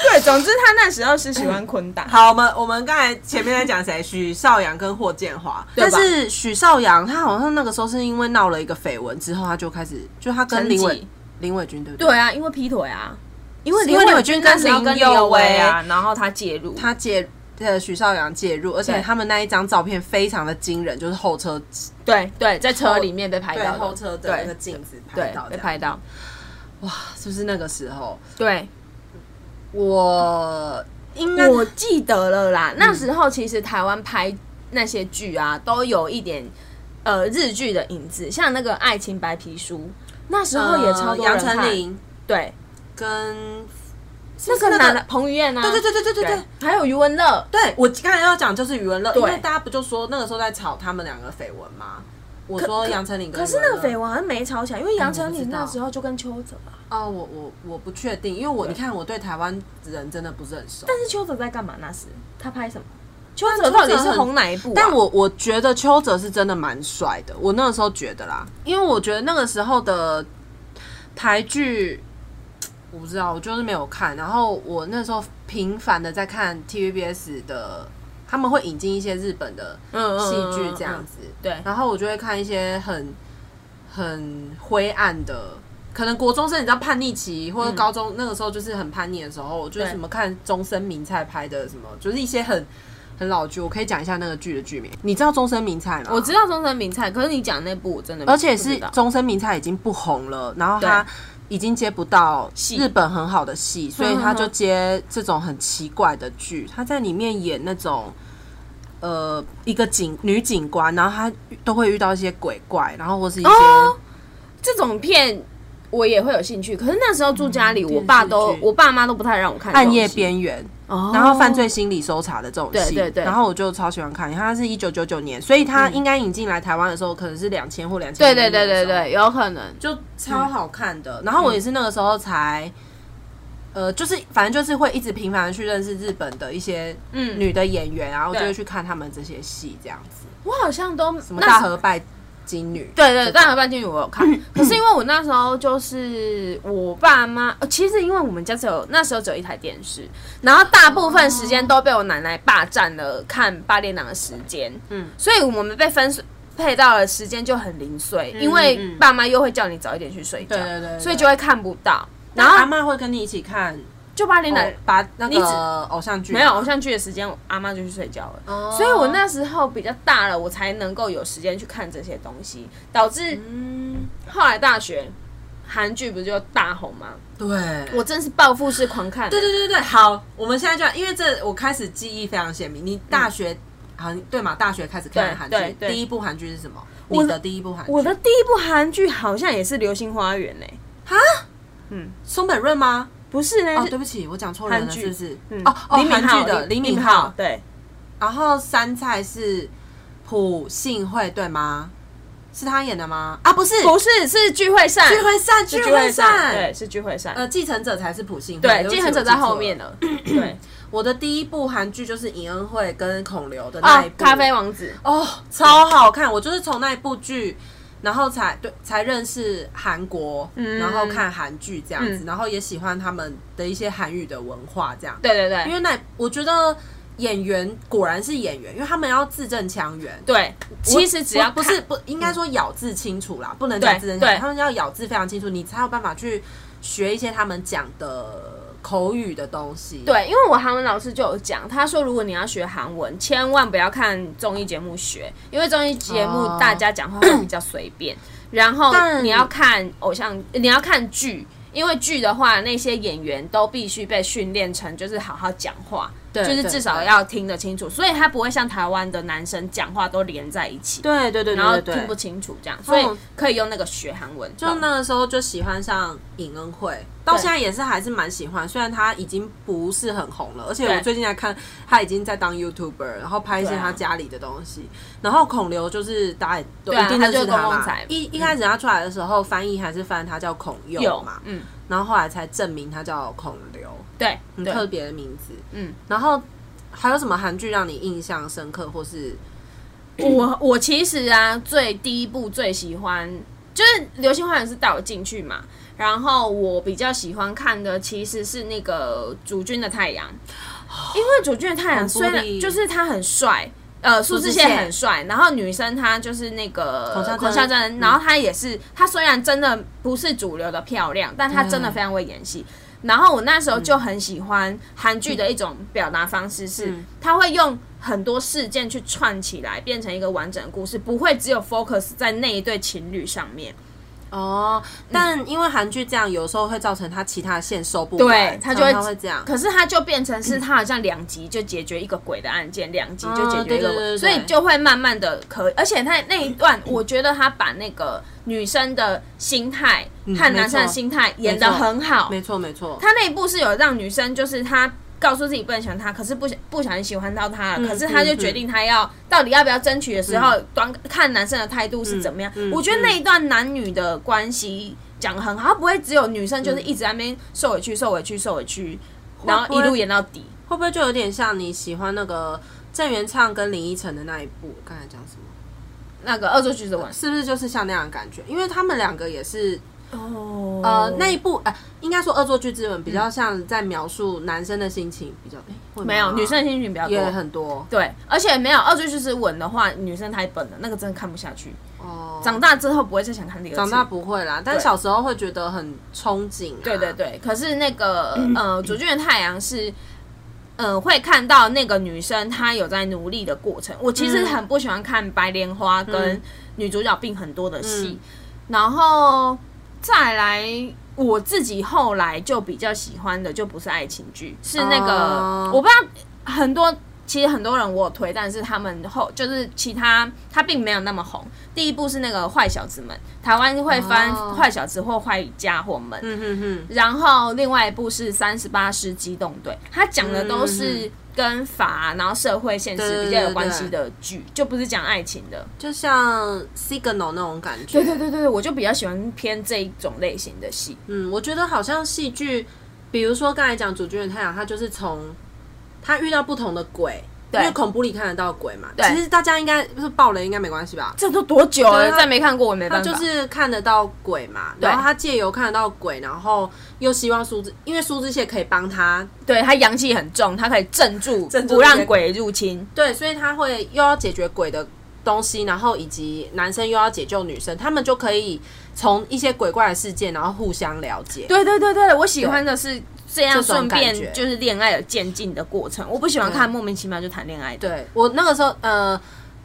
[SPEAKER 2] 对，总之他那时候是喜欢昆达，
[SPEAKER 1] 好，我们我们刚才前面在讲谁，许绍洋跟霍建华，
[SPEAKER 2] 对
[SPEAKER 1] 但
[SPEAKER 2] 吧
[SPEAKER 1] 是许绍洋他好像那个时候是因为闹了一个绯闻之后，他就开始就他跟
[SPEAKER 2] 成
[SPEAKER 1] 林
[SPEAKER 2] 绩
[SPEAKER 1] 伟林伟君对不对？
[SPEAKER 2] 对啊，因为劈腿啊，因为
[SPEAKER 1] 是
[SPEAKER 2] 林
[SPEAKER 1] 因为
[SPEAKER 2] 伟
[SPEAKER 1] 伟
[SPEAKER 2] 君
[SPEAKER 1] 君
[SPEAKER 2] 那
[SPEAKER 1] 跟
[SPEAKER 2] 时候
[SPEAKER 1] 林
[SPEAKER 2] 跟
[SPEAKER 1] 佑
[SPEAKER 2] 佑
[SPEAKER 1] 威
[SPEAKER 2] 啊，然后他介入，
[SPEAKER 1] 他介呃许绍洋介入，而且
[SPEAKER 2] 对
[SPEAKER 1] 他们那一张照片非常的惊人，就是后车
[SPEAKER 2] 对对，在车里面被拍
[SPEAKER 1] 对
[SPEAKER 2] 到的，
[SPEAKER 1] 后车的那个镜子拍
[SPEAKER 2] 对
[SPEAKER 1] 到
[SPEAKER 2] 被
[SPEAKER 1] 的，
[SPEAKER 2] 拍到，
[SPEAKER 1] 是不是那个时候
[SPEAKER 2] 对，
[SPEAKER 1] 我嗯应该
[SPEAKER 2] 我记得了啦。那时候其实台湾拍那些剧啊，都有一点呃日剧的影子，像那个《爱情白皮书》，那时候也超
[SPEAKER 1] 呃
[SPEAKER 2] 多
[SPEAKER 1] 杨
[SPEAKER 2] 人
[SPEAKER 1] 丞
[SPEAKER 2] 看，
[SPEAKER 1] 琳
[SPEAKER 2] 对，
[SPEAKER 1] 跟
[SPEAKER 2] 那个男的彭于晏啊，
[SPEAKER 1] 对对对对对对对。
[SPEAKER 2] 还有余文乐，
[SPEAKER 1] 对我刚才要讲就是余文乐，因为
[SPEAKER 2] 对
[SPEAKER 1] 大家不就说那个时候在吵他们两个绯闻吗？我
[SPEAKER 2] 可
[SPEAKER 1] 说
[SPEAKER 2] 可
[SPEAKER 1] 杨丞琳跟
[SPEAKER 2] 可是那个绯
[SPEAKER 1] 闻
[SPEAKER 2] 闻好像没吵起来，因为杨
[SPEAKER 1] 嗯
[SPEAKER 2] 丞琳
[SPEAKER 1] 我不知道
[SPEAKER 2] 那时候就跟邱泽啊，
[SPEAKER 1] 哦，我我我不确定，因为我
[SPEAKER 2] 对
[SPEAKER 1] 你看我对台湾人真的不是很熟，
[SPEAKER 2] 但是邱泽在干嘛？那时他拍什么？邱泽到底是红哪一部、啊？
[SPEAKER 1] 但我我觉得邱泽是真的蛮帅的，我那个时候觉得啦，因为我觉得那个时候的台剧。我不知道，我就是没有看。然后我那时候频繁的在看 TVBS 的他们会引进一些日本的
[SPEAKER 2] 嗯
[SPEAKER 1] 戏剧这样，子，
[SPEAKER 2] 嗯对
[SPEAKER 1] 然后我就会看一些很很灰暗的，可能国中生你知道叛逆期，或者高中、那个时候就是很叛逆的时候，就是
[SPEAKER 2] 嗯对
[SPEAKER 1] 什么看中森明菜拍的什么，就是一些很很老剧。我可以讲一下那个剧的剧名，你知道中森明菜吗？
[SPEAKER 2] 我知道中森明菜，可是你讲那部我真的不知道，
[SPEAKER 1] 而且是中森明菜已经不红了，然后他
[SPEAKER 2] 对
[SPEAKER 1] 已经接不到
[SPEAKER 2] 戏
[SPEAKER 1] 日本很好的戏，所以
[SPEAKER 2] 嗯
[SPEAKER 1] 他
[SPEAKER 2] 嗯
[SPEAKER 1] 就接这种很奇怪的剧。他在里面演那种呃一个警女警官，然后他都会遇到一些鬼怪，然后或是一些、
[SPEAKER 2] 哦这种片我也会有兴趣，可是那时候住家里，
[SPEAKER 1] 嗯
[SPEAKER 2] 我爸都
[SPEAKER 1] 电视剧
[SPEAKER 2] 我爸妈都不太让我看这种
[SPEAKER 1] 暗夜
[SPEAKER 2] 戏，
[SPEAKER 1] 边缘，
[SPEAKER 2] 哦
[SPEAKER 1] 然后犯罪心理搜查的这种
[SPEAKER 2] 对
[SPEAKER 1] 戏，
[SPEAKER 2] 对对嗯
[SPEAKER 1] 然后我就超喜欢看，它是一九九九年，所以它应该引进来台湾的时候可能是两千或两千，
[SPEAKER 2] 对对对对对，有可能
[SPEAKER 1] 就超好看的。然后我也是那个时候才，呃，就是反正就是会一直频繁的去认识日本的一些
[SPEAKER 2] 嗯
[SPEAKER 1] 女的演员，然后就
[SPEAKER 2] 对
[SPEAKER 1] 会去看他们这些戏，这样子，
[SPEAKER 2] 我好像都
[SPEAKER 1] 什么
[SPEAKER 2] 那
[SPEAKER 1] 大
[SPEAKER 2] 时
[SPEAKER 1] 和拜金女，
[SPEAKER 2] 对对，大河半径我 有看，可是因为我那时候就是我爸妈，呃其实因为我们家只有那时候只有一台电视，然后大部分时间都被我奶奶霸占了看八点档的时间，
[SPEAKER 1] 嗯，
[SPEAKER 2] 嗯所以我们被分配到的时间就很零碎，因为
[SPEAKER 1] 嗯嗯
[SPEAKER 2] 爸妈又会叫你早一点去睡觉，
[SPEAKER 1] 对对对对
[SPEAKER 2] 所以就会看不到，
[SPEAKER 1] 然
[SPEAKER 2] 然
[SPEAKER 1] 后阿
[SPEAKER 2] 后
[SPEAKER 1] 妈会跟你一起看
[SPEAKER 2] 就八点档
[SPEAKER 1] 偶把那
[SPEAKER 2] 你只
[SPEAKER 1] 个偶像剧，
[SPEAKER 2] 没有偶像剧的时间，阿妈就去睡觉了。
[SPEAKER 1] 哦，
[SPEAKER 2] 所以我那时候比较大了，我才能够有时间去看这些东西，导致
[SPEAKER 1] 嗯，
[SPEAKER 2] 后来大学韩剧不是就大红吗？
[SPEAKER 1] 对，
[SPEAKER 2] 我真是报复式狂看。
[SPEAKER 1] 对对对对，好，我们现在就要因为这，我开始记忆非常鲜明。你大学、好像对嘛？大学开始
[SPEAKER 2] 对
[SPEAKER 1] 看韩
[SPEAKER 2] 对
[SPEAKER 1] 剧，
[SPEAKER 2] 对
[SPEAKER 1] 第一部韩剧是什么？
[SPEAKER 2] 我
[SPEAKER 1] 你的第一部韩剧，
[SPEAKER 2] 我的第一部韩剧好像也是《流星花园》呢，
[SPEAKER 1] 松本润吗？
[SPEAKER 2] 不是呢？
[SPEAKER 1] 哦，
[SPEAKER 2] 是
[SPEAKER 1] 对不起，我讲错人
[SPEAKER 2] 韩
[SPEAKER 1] 了，
[SPEAKER 2] 剧
[SPEAKER 1] 是不是？
[SPEAKER 2] 嗯
[SPEAKER 1] 哦哦，
[SPEAKER 2] 敏
[SPEAKER 1] 韩
[SPEAKER 2] 镐
[SPEAKER 1] 剧的
[SPEAKER 2] 李
[SPEAKER 1] 李
[SPEAKER 2] 敏
[SPEAKER 1] 敏
[SPEAKER 2] 镐
[SPEAKER 1] 镐，
[SPEAKER 2] 对，
[SPEAKER 1] 然后杉菜是朴信惠对吗？是他演的吗？啊，不是，
[SPEAKER 2] 不是是聚会散，
[SPEAKER 1] 聚会散，
[SPEAKER 2] 是
[SPEAKER 1] 聚会
[SPEAKER 2] 散，
[SPEAKER 1] 散。
[SPEAKER 2] 对，是聚会散。
[SPEAKER 1] 呃，继承者才是朴信惠，对
[SPEAKER 2] 对，
[SPEAKER 1] 不起
[SPEAKER 2] 继承者在后面。
[SPEAKER 1] 我记错了
[SPEAKER 2] 了。对，
[SPEAKER 1] 我的第一部韩剧就是尹恩惠跟孔刘的
[SPEAKER 2] 啊
[SPEAKER 1] 那一，部《
[SPEAKER 2] 咖啡王子，
[SPEAKER 1] 哦，超好看！我就是从那一部剧，然后才对才认识韩国，
[SPEAKER 2] 嗯
[SPEAKER 1] 然后看韩剧这样子，
[SPEAKER 2] 嗯
[SPEAKER 1] 然后也喜欢他们的一些韩语的文化这样。
[SPEAKER 2] 对对对，
[SPEAKER 1] 因为那我觉得演员果然是演员，因为他们要字正腔圆。
[SPEAKER 2] 对，其实只要
[SPEAKER 1] 不不
[SPEAKER 2] 看嗯
[SPEAKER 1] 是不应该说咬字清楚啦，不能讲
[SPEAKER 2] 对
[SPEAKER 1] 字正腔
[SPEAKER 2] 对
[SPEAKER 1] 圆，他们要咬字非常清楚，你才有办法去学一些他们讲的口语的东西。
[SPEAKER 2] 对，因为我韩文老师就有讲，他说如果你要学韩文，千万不要看综艺节目学，因为综艺节目
[SPEAKER 1] 哦
[SPEAKER 2] 大家讲话会比较随 便，然后
[SPEAKER 1] 但
[SPEAKER 2] 你要看偶像，你要看剧。因为剧的话，那些演员都必须被训练成就是好好讲话，
[SPEAKER 1] 对
[SPEAKER 2] 就是
[SPEAKER 1] 对
[SPEAKER 2] 至少
[SPEAKER 1] 对
[SPEAKER 2] 要听得清楚，所以他不会像台湾的男生讲话都连在一起，
[SPEAKER 1] 对对对对
[SPEAKER 2] 然后
[SPEAKER 1] 对对，
[SPEAKER 2] 听不清楚这样，所以
[SPEAKER 1] 嗯
[SPEAKER 2] 可以用那个学韩文。
[SPEAKER 1] 就那个时候就喜欢上尹恩惠，到
[SPEAKER 2] 对
[SPEAKER 1] 现在也是还是蛮喜欢。虽然她已经不是很红了，而且
[SPEAKER 2] 对
[SPEAKER 1] 我最近在看她已经在当 YouTuber，然后拍一些
[SPEAKER 2] 对啊
[SPEAKER 1] 她家里的东西。然后孔刘就是大家也都
[SPEAKER 2] 啊对啊
[SPEAKER 1] 一定
[SPEAKER 2] 他就
[SPEAKER 1] 认识
[SPEAKER 2] 是
[SPEAKER 1] 他
[SPEAKER 2] 公共
[SPEAKER 1] 嘛
[SPEAKER 2] 财。
[SPEAKER 1] 一一开始他出来的时候，翻译还是翻他叫孔佑
[SPEAKER 2] 有
[SPEAKER 1] 嘛，
[SPEAKER 2] 嗯，
[SPEAKER 1] 然后后来才证明他叫孔刘，
[SPEAKER 2] 对
[SPEAKER 1] 很
[SPEAKER 2] 对，
[SPEAKER 1] 特别的名字。
[SPEAKER 2] 嗯，
[SPEAKER 1] 然后还有什么韩剧让你印象深刻，或是
[SPEAKER 2] 我我其实啊，最第一部最喜欢就是《流星花园》是带我进去嘛，然后我比较喜欢看的其实是那个主君的太阳，因为主君的太阳
[SPEAKER 1] 很玻璃
[SPEAKER 2] 虽然就是他很帅。呃，苏志燮很帅，然后女生她就是那
[SPEAKER 1] 孔孝
[SPEAKER 2] 个
[SPEAKER 1] 真
[SPEAKER 2] 孔孝真，
[SPEAKER 1] 嗯
[SPEAKER 2] 然后她也是，她虽然真的不是主流的漂亮，但她真的
[SPEAKER 1] 对
[SPEAKER 2] 非常会演戏。然后我那
[SPEAKER 1] 嗯
[SPEAKER 2] 时候就很喜欢韩剧的一种表达方式是，
[SPEAKER 1] 嗯
[SPEAKER 2] 他会用很多事件去串起来，变成一个完整的故事，不会只有 focus 在那一对情侣上面。
[SPEAKER 1] 哦，
[SPEAKER 2] 嗯
[SPEAKER 1] 但因为韩剧这样，有时候会造成他其他的线收不
[SPEAKER 2] 对
[SPEAKER 1] 完，
[SPEAKER 2] 他就会
[SPEAKER 1] 常常会这样。
[SPEAKER 2] 可是他就变成是他好像两集就解决一个鬼的案件，两集就解决一个
[SPEAKER 1] 哦对对对
[SPEAKER 2] 鬼，
[SPEAKER 1] 对
[SPEAKER 2] 所以就会慢慢的可以，而且他那一段，我觉得他把那个女生的心态和男生的心态演得很好，
[SPEAKER 1] 嗯没错没错，
[SPEAKER 2] 他那一部是有让女生，就是她告诉自己不能喜欢他，可是不想不小心喜欢到他了，
[SPEAKER 1] 嗯
[SPEAKER 2] 可是她就决定她要、到底要不要争取的时候，端看男生的态度是怎么样。
[SPEAKER 1] 嗯嗯
[SPEAKER 2] 我觉得那一段男女的关系讲得很好，它不会只有女生就是一直在那边受委屈、受委屈、受委屈，然后一路演到底。
[SPEAKER 1] 会不会就有点像你喜欢那个郑元畅跟林依晨的那一部？刚才讲什么？
[SPEAKER 2] 那个恶作剧的晚上，
[SPEAKER 1] 是不是就是像那样的感觉？因为他们两个也是
[SPEAKER 3] 哦
[SPEAKER 1] 呃，那一部呃，应该说《恶作剧之吻》比较像在描述男生的心情，比较、诶会吗啊
[SPEAKER 2] 没有女生的心情比较
[SPEAKER 1] 也
[SPEAKER 2] 多。
[SPEAKER 1] 很多
[SPEAKER 2] 对，而且没有恶作剧之吻的话，女生太笨了，那个真的看不下去。
[SPEAKER 1] 哦。
[SPEAKER 2] 长大之后不会再想看第二次。
[SPEAKER 1] 长大不会啦，但
[SPEAKER 2] 对
[SPEAKER 1] 小时候会觉得很憧憬、啊。
[SPEAKER 2] 对对对，可是那个
[SPEAKER 1] 嗯
[SPEAKER 2] 呃，主君的太阳是。嗯，会看到那个女生她有在努力的过程。我其实
[SPEAKER 1] 嗯
[SPEAKER 2] 很不喜欢看白莲花跟女主角病很多的
[SPEAKER 1] 嗯
[SPEAKER 2] 戏，然后再来我自己后来就比较喜欢的就不是爱情剧，是那个、
[SPEAKER 1] 哦
[SPEAKER 2] 我不知道很多其实很多人我有推，但是他们后就是其他他并没有那么红。第一部是那个坏小子们，台湾会翻
[SPEAKER 1] 哦
[SPEAKER 2] 坏小子或坏家伙们，
[SPEAKER 1] 嗯哼哼，
[SPEAKER 2] 然后另外一部是《三十八师机动队》，它讲的都是跟法、然后社会现实比较有关系的剧，就不是讲爱情的。
[SPEAKER 1] 就像 Signal 那种感觉。
[SPEAKER 2] 对对对对对，我就比较喜欢偏这一种类型的戏。
[SPEAKER 1] 嗯，我觉得好像戏剧，比如说刚才讲《主君的太阳》，它就是从他遇到不同的鬼，因
[SPEAKER 2] 对
[SPEAKER 1] 为恐怖里看得到鬼嘛。
[SPEAKER 2] 对
[SPEAKER 1] 其实大家应该就是爆雷应该没关系吧？
[SPEAKER 2] 这都多久
[SPEAKER 1] 对
[SPEAKER 2] 了？
[SPEAKER 1] 它
[SPEAKER 2] 再没看过我也没
[SPEAKER 1] 他
[SPEAKER 2] 办法。
[SPEAKER 1] 就是看得到鬼嘛，
[SPEAKER 2] 对
[SPEAKER 1] 然后他借由看得到鬼，然后又希望苏志，因为苏志燮可以帮他，
[SPEAKER 2] 对他阳气很重，他可以镇住，
[SPEAKER 3] 镇住
[SPEAKER 2] 不
[SPEAKER 3] 这
[SPEAKER 2] 让
[SPEAKER 3] 些
[SPEAKER 2] 鬼入侵。
[SPEAKER 1] 对，所以他会又要解决鬼的东西，然后以及男生又要解救女生，他们就可以从一些鬼怪的事件，然后互相了解。
[SPEAKER 2] 对对对对，我喜欢的是这样，
[SPEAKER 1] 这种
[SPEAKER 2] 顺
[SPEAKER 1] 感觉
[SPEAKER 2] 便就是恋爱有渐进的过程。我不喜欢
[SPEAKER 1] 对
[SPEAKER 2] 看莫名其妙就谈恋爱的。
[SPEAKER 1] 对我那个时候，呃，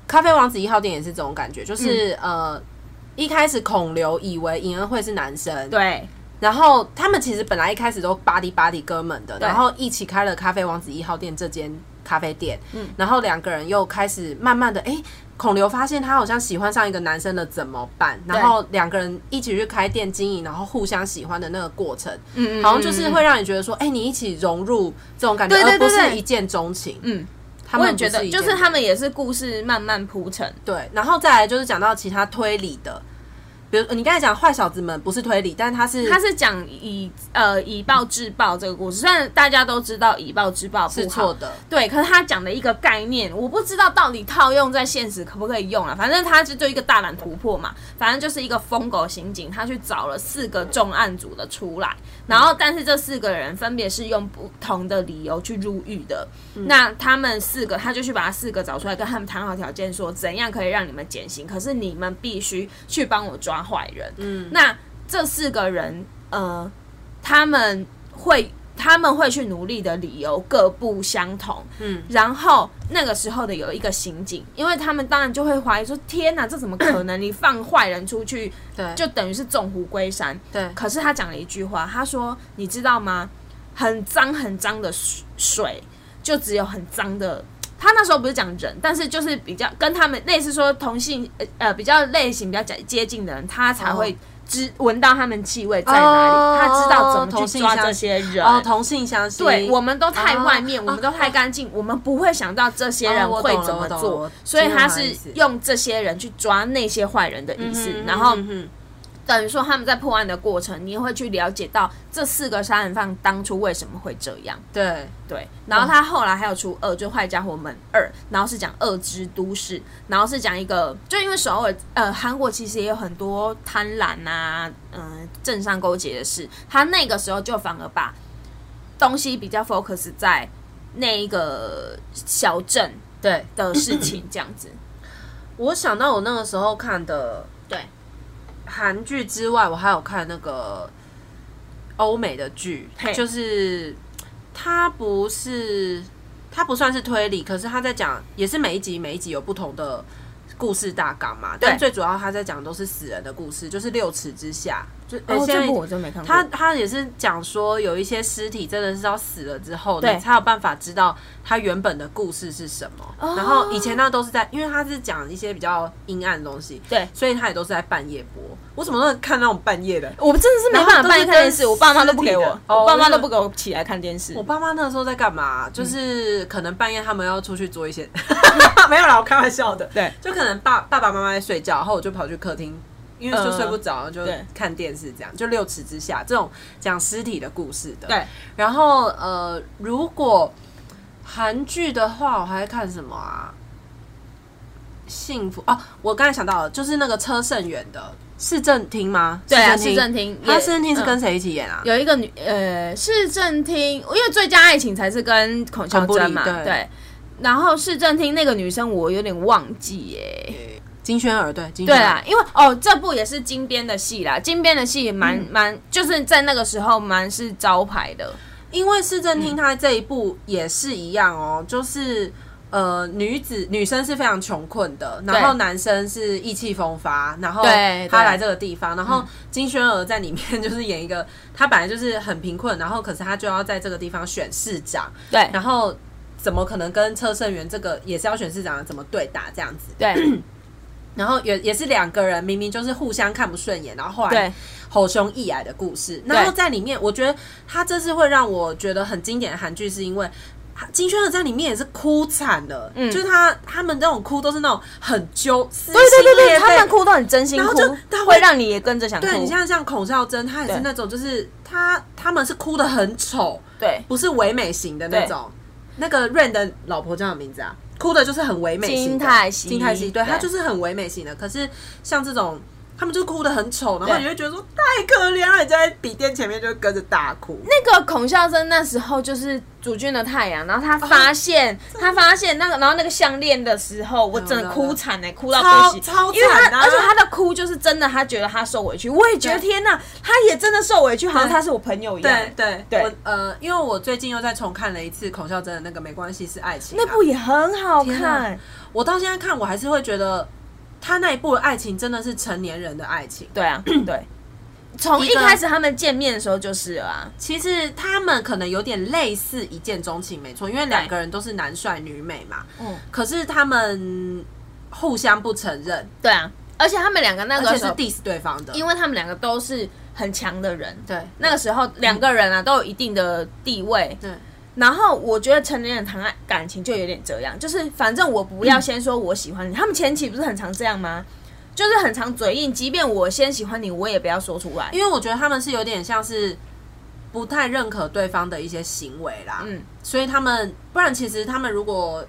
[SPEAKER 1] 咖啡王子一号店也是这种感觉，就是、
[SPEAKER 2] 嗯
[SPEAKER 1] 呃，一开始孔刘以为尹恩惠是男生，
[SPEAKER 2] 对
[SPEAKER 1] 然后他们其实本来一开始都巴迪巴迪哥们的，
[SPEAKER 2] 对
[SPEAKER 1] 然后一起开了咖啡王子一号店这间咖啡店，嗯，然后两个人又开始慢慢的，哎，孔刘发现他好像喜欢上一个男生了，怎么办？
[SPEAKER 2] 对
[SPEAKER 1] 然后两个人一起去开店经营，然后互相喜欢的那个过程，
[SPEAKER 2] 嗯嗯，
[SPEAKER 1] 好像就是
[SPEAKER 2] 嗯
[SPEAKER 1] 会让你觉得说，哎，你一起融入这种感觉，
[SPEAKER 2] 对对
[SPEAKER 1] 而不
[SPEAKER 2] 对
[SPEAKER 1] 是
[SPEAKER 2] 对
[SPEAKER 1] 一见钟情，
[SPEAKER 2] 嗯，
[SPEAKER 1] 他
[SPEAKER 2] 我
[SPEAKER 1] 们
[SPEAKER 2] 也觉
[SPEAKER 1] 不
[SPEAKER 2] 得
[SPEAKER 1] 一见
[SPEAKER 2] 就是
[SPEAKER 1] 钟
[SPEAKER 2] 他们也是故事慢慢铺陈。
[SPEAKER 1] 对，然后再来就是讲到其他推理的。比如呃你刚才讲坏小子们不是推理，但他是
[SPEAKER 2] 他是讲以呃以暴制暴这个故事，虽然大家都知道以暴制暴不
[SPEAKER 1] 是
[SPEAKER 2] 好
[SPEAKER 1] 错，的，
[SPEAKER 2] 对，可是他讲的一个概念，我不知道到底套用在现实可不可以用啊。反正他就就一个大胆突破嘛，反正就是一个疯狗刑警，他去找了四个重案组的出来，然后但是这四个人分别是用不同的理由去入狱的。
[SPEAKER 1] 嗯
[SPEAKER 2] 那他们四个，他就去把他四个找出来，跟他们谈好条件，说怎样可以让你们减刑，可是你们必须去帮我抓坏人。嗯，那这四个人，呃，他们会他们会去努力的理由各不相同，嗯，然后那个时候的有一个刑警，因为他们当然就会怀疑说，天哪，这怎么可能？你放坏人出去，
[SPEAKER 1] 对，
[SPEAKER 2] 就等于是纵虎归山。
[SPEAKER 1] 对
[SPEAKER 2] 可是他讲了一句话，他说，你知道吗？很脏很脏的水水，就只有很脏的。他那时候不是讲人，但是就是比较跟他们类似说同性呃呃比较类型比较接近的人，他才会
[SPEAKER 1] 哦
[SPEAKER 2] 知闻到他们气味在哪里，
[SPEAKER 1] 哦
[SPEAKER 2] 他知道怎么
[SPEAKER 1] 同
[SPEAKER 2] 去
[SPEAKER 1] 性
[SPEAKER 2] 抓
[SPEAKER 1] 相
[SPEAKER 2] 这些人。
[SPEAKER 1] 哦，同性相吸，
[SPEAKER 2] 对，我们都太外面，
[SPEAKER 1] 哦
[SPEAKER 2] 我们都太干净，我们不会想到这些人
[SPEAKER 1] 哦我
[SPEAKER 2] 会
[SPEAKER 1] 懂了
[SPEAKER 2] 怎么
[SPEAKER 1] 我懂了
[SPEAKER 2] 做
[SPEAKER 1] 我，
[SPEAKER 2] 所以他
[SPEAKER 1] 知道他的
[SPEAKER 2] 是
[SPEAKER 1] 意思
[SPEAKER 2] 用这些人去抓那些坏人的意思，然后
[SPEAKER 1] 嗯哼
[SPEAKER 2] 等于说他们在破案的过程，你也会去了解到这四个杀人犯当初为什么会这样。
[SPEAKER 1] 对，
[SPEAKER 2] 对，然后他后来还有出二，就《坏家伙们二》，然后是讲恶之都市，然后是讲一个，就因为首尔呃，韩国其实也有很多贪婪啊，嗯、政商勾结的事，他那个时候就反而把东西比较 focus 在那一个小镇
[SPEAKER 1] 对
[SPEAKER 2] 的事情这 样子。
[SPEAKER 1] 我想到我那个时候看的
[SPEAKER 2] 对，
[SPEAKER 1] 韩剧之外，我还有看那个欧美的剧
[SPEAKER 2] 嘿，
[SPEAKER 1] 就是它不是它不算是推理，可是它在讲也是每一集每一集有不同的故事大纲嘛，但
[SPEAKER 2] 对
[SPEAKER 1] 最主要它在讲的都是死人的故事，就是六尺之下，就呃
[SPEAKER 2] 哦，
[SPEAKER 1] 现
[SPEAKER 2] 这
[SPEAKER 1] 在
[SPEAKER 2] 部我真没看过。
[SPEAKER 1] 他他也是讲说，有一些尸体真的是要死了之后，
[SPEAKER 2] 对
[SPEAKER 1] 你才有办法知道他原本的故事是什么。
[SPEAKER 2] 哦
[SPEAKER 1] 然后以前那都是在，因为他是讲一些比较阴暗的东西，
[SPEAKER 2] 对
[SPEAKER 1] 所以他也都是在半夜播。
[SPEAKER 3] 我怎么都看那种半夜的？
[SPEAKER 2] 我真的是没办法半夜看电视，我爸妈都不给
[SPEAKER 3] 然后
[SPEAKER 2] 我
[SPEAKER 3] 都是，跟
[SPEAKER 2] 我爸妈
[SPEAKER 1] 尸体的
[SPEAKER 2] 都不给我起来看电视
[SPEAKER 1] 我。爸妈那时候在干嘛？
[SPEAKER 2] 嗯
[SPEAKER 1] 就是可能半夜他们要出去做一些，
[SPEAKER 3] 没有啦，我开玩笑的。
[SPEAKER 2] 对，
[SPEAKER 1] 就可能爸爸爸妈妈在睡觉，然后我就跑去客厅。因为就睡不着，就
[SPEAKER 2] 嗯对
[SPEAKER 1] 看电视，这样就六尺之下这种讲尸体的故事的，
[SPEAKER 2] 对，
[SPEAKER 1] 然后呃，如果韩剧的话，我还看什么啊？幸福哦，我刚才想到了，就是那个车胜元的市政厅吗？
[SPEAKER 2] 对啊
[SPEAKER 1] 市
[SPEAKER 2] 市政厅
[SPEAKER 1] 他
[SPEAKER 2] 也
[SPEAKER 1] 市政厅是
[SPEAKER 2] 嗯
[SPEAKER 1] 跟谁一起演啊？
[SPEAKER 2] 有一个女呃市政厅，因为最佳爱情才是跟孔孝
[SPEAKER 1] 孔布
[SPEAKER 2] 真
[SPEAKER 1] 里
[SPEAKER 2] 嘛，
[SPEAKER 1] 对
[SPEAKER 2] 对。然后市政厅那个女生我有点忘记耶、
[SPEAKER 1] 金宣儿对，金
[SPEAKER 2] 对
[SPEAKER 1] 宣
[SPEAKER 2] 啦
[SPEAKER 1] 儿，
[SPEAKER 2] 因为哦这部也是金编的戏啦，金编的戏也蛮蛮、就是在那个时候蛮是招牌的，
[SPEAKER 1] 因为市政
[SPEAKER 2] 嗯
[SPEAKER 1] 厅他这一部也是一样哦，就是呃，女子女生是非常穷困的，然后男生是意气风发，然后
[SPEAKER 2] 对
[SPEAKER 1] 他
[SPEAKER 2] 对嗯
[SPEAKER 1] 来这个地方，然后金宣儿在里面 就是演一个，他本来就是很贫困，然后可是他就要在这个地方选市长，
[SPEAKER 2] 对
[SPEAKER 1] 然后怎么可能跟车胜元这个也是要选市长的怎么对打这样子？
[SPEAKER 2] 对
[SPEAKER 1] 然后也也是两个人明明就是互相看不顺眼，然后后来
[SPEAKER 2] 对
[SPEAKER 1] 吼凶一矮的故事。然后在里面，我觉得他这次会让我觉得很经典的韩剧，是因为。金宣儿在里面也是哭惨了，
[SPEAKER 2] 嗯
[SPEAKER 1] 就是他他们那种哭都是那种很揪，撕
[SPEAKER 2] 对对
[SPEAKER 1] 心裂
[SPEAKER 2] 对
[SPEAKER 1] 肺
[SPEAKER 2] 对，他们哭都很真心
[SPEAKER 1] 然后
[SPEAKER 2] 哭
[SPEAKER 1] 就他，会
[SPEAKER 2] 会让你也跟着想哭，
[SPEAKER 1] 对你像像孔孝真，他也是
[SPEAKER 2] 对
[SPEAKER 1] 那种就是他他们是哭的很丑，
[SPEAKER 2] 对
[SPEAKER 1] 不是唯美型的那种。那个 Rain 的老婆叫什么名字啊？哭的就是很唯美型的
[SPEAKER 2] 金泰熙
[SPEAKER 1] 金泰熙，对，
[SPEAKER 2] 对
[SPEAKER 1] 她就是很唯美型的。可是像这种，他们就哭的很丑，然后
[SPEAKER 2] 对
[SPEAKER 1] 你就会觉得说太可怜了，你就在笔电前面就会跟着大哭。
[SPEAKER 2] 那个孔孝真那时候就是主君的太阳，然后他发现、他发现那个，然后那个项链的时候，我真的哭惨哎、哭到
[SPEAKER 1] 超
[SPEAKER 2] 不行，
[SPEAKER 1] 超
[SPEAKER 2] 因为
[SPEAKER 1] 惨的
[SPEAKER 2] 他
[SPEAKER 1] 啊
[SPEAKER 2] 而且他的哭就是真的，他觉得他受委屈，我也觉得
[SPEAKER 1] 对
[SPEAKER 2] 天哪，他也真的受委屈，好像
[SPEAKER 1] 对
[SPEAKER 2] 他是我朋友一样、
[SPEAKER 1] 对对
[SPEAKER 2] 对
[SPEAKER 1] 我呃，因为我最近又在重看了一次孔孝真的那个《没关系是爱情》啊，
[SPEAKER 2] 那部也很好
[SPEAKER 1] 天哪
[SPEAKER 2] 看，
[SPEAKER 1] 我到现在看，我还是会觉得他那一部的爱情真的是成年人的爱情。
[SPEAKER 2] 对 啊，对。从
[SPEAKER 1] 一
[SPEAKER 2] 一
[SPEAKER 1] 个
[SPEAKER 2] 开始他们见面的时候就是了啊，
[SPEAKER 1] 其实他们可能有点类似一见钟情，没错，因为两个人都是男帅女美嘛。
[SPEAKER 2] 嗯，
[SPEAKER 1] 可是他们互相不承认，
[SPEAKER 2] 对啊，而且他们两个那
[SPEAKER 1] 而
[SPEAKER 2] 个
[SPEAKER 1] 且
[SPEAKER 2] 时
[SPEAKER 1] 是
[SPEAKER 2] 候，
[SPEAKER 1] diss 对方的。
[SPEAKER 2] 因为他们两个都是很强的人，
[SPEAKER 1] 对
[SPEAKER 2] 那个时候两个人啊都有一定的地位，
[SPEAKER 1] 对
[SPEAKER 2] 然后我觉得成年人谈爱感情就有点这样，就是反正我不要先说我喜欢你，他们前期不是很常这样吗？就是很常嘴硬，即便我先喜欢你，我也不要说出来。
[SPEAKER 1] 因为我觉得他们是有点像是不太认可对方的一些行为啦。
[SPEAKER 2] 嗯，
[SPEAKER 1] 所以他们不然其实他们如果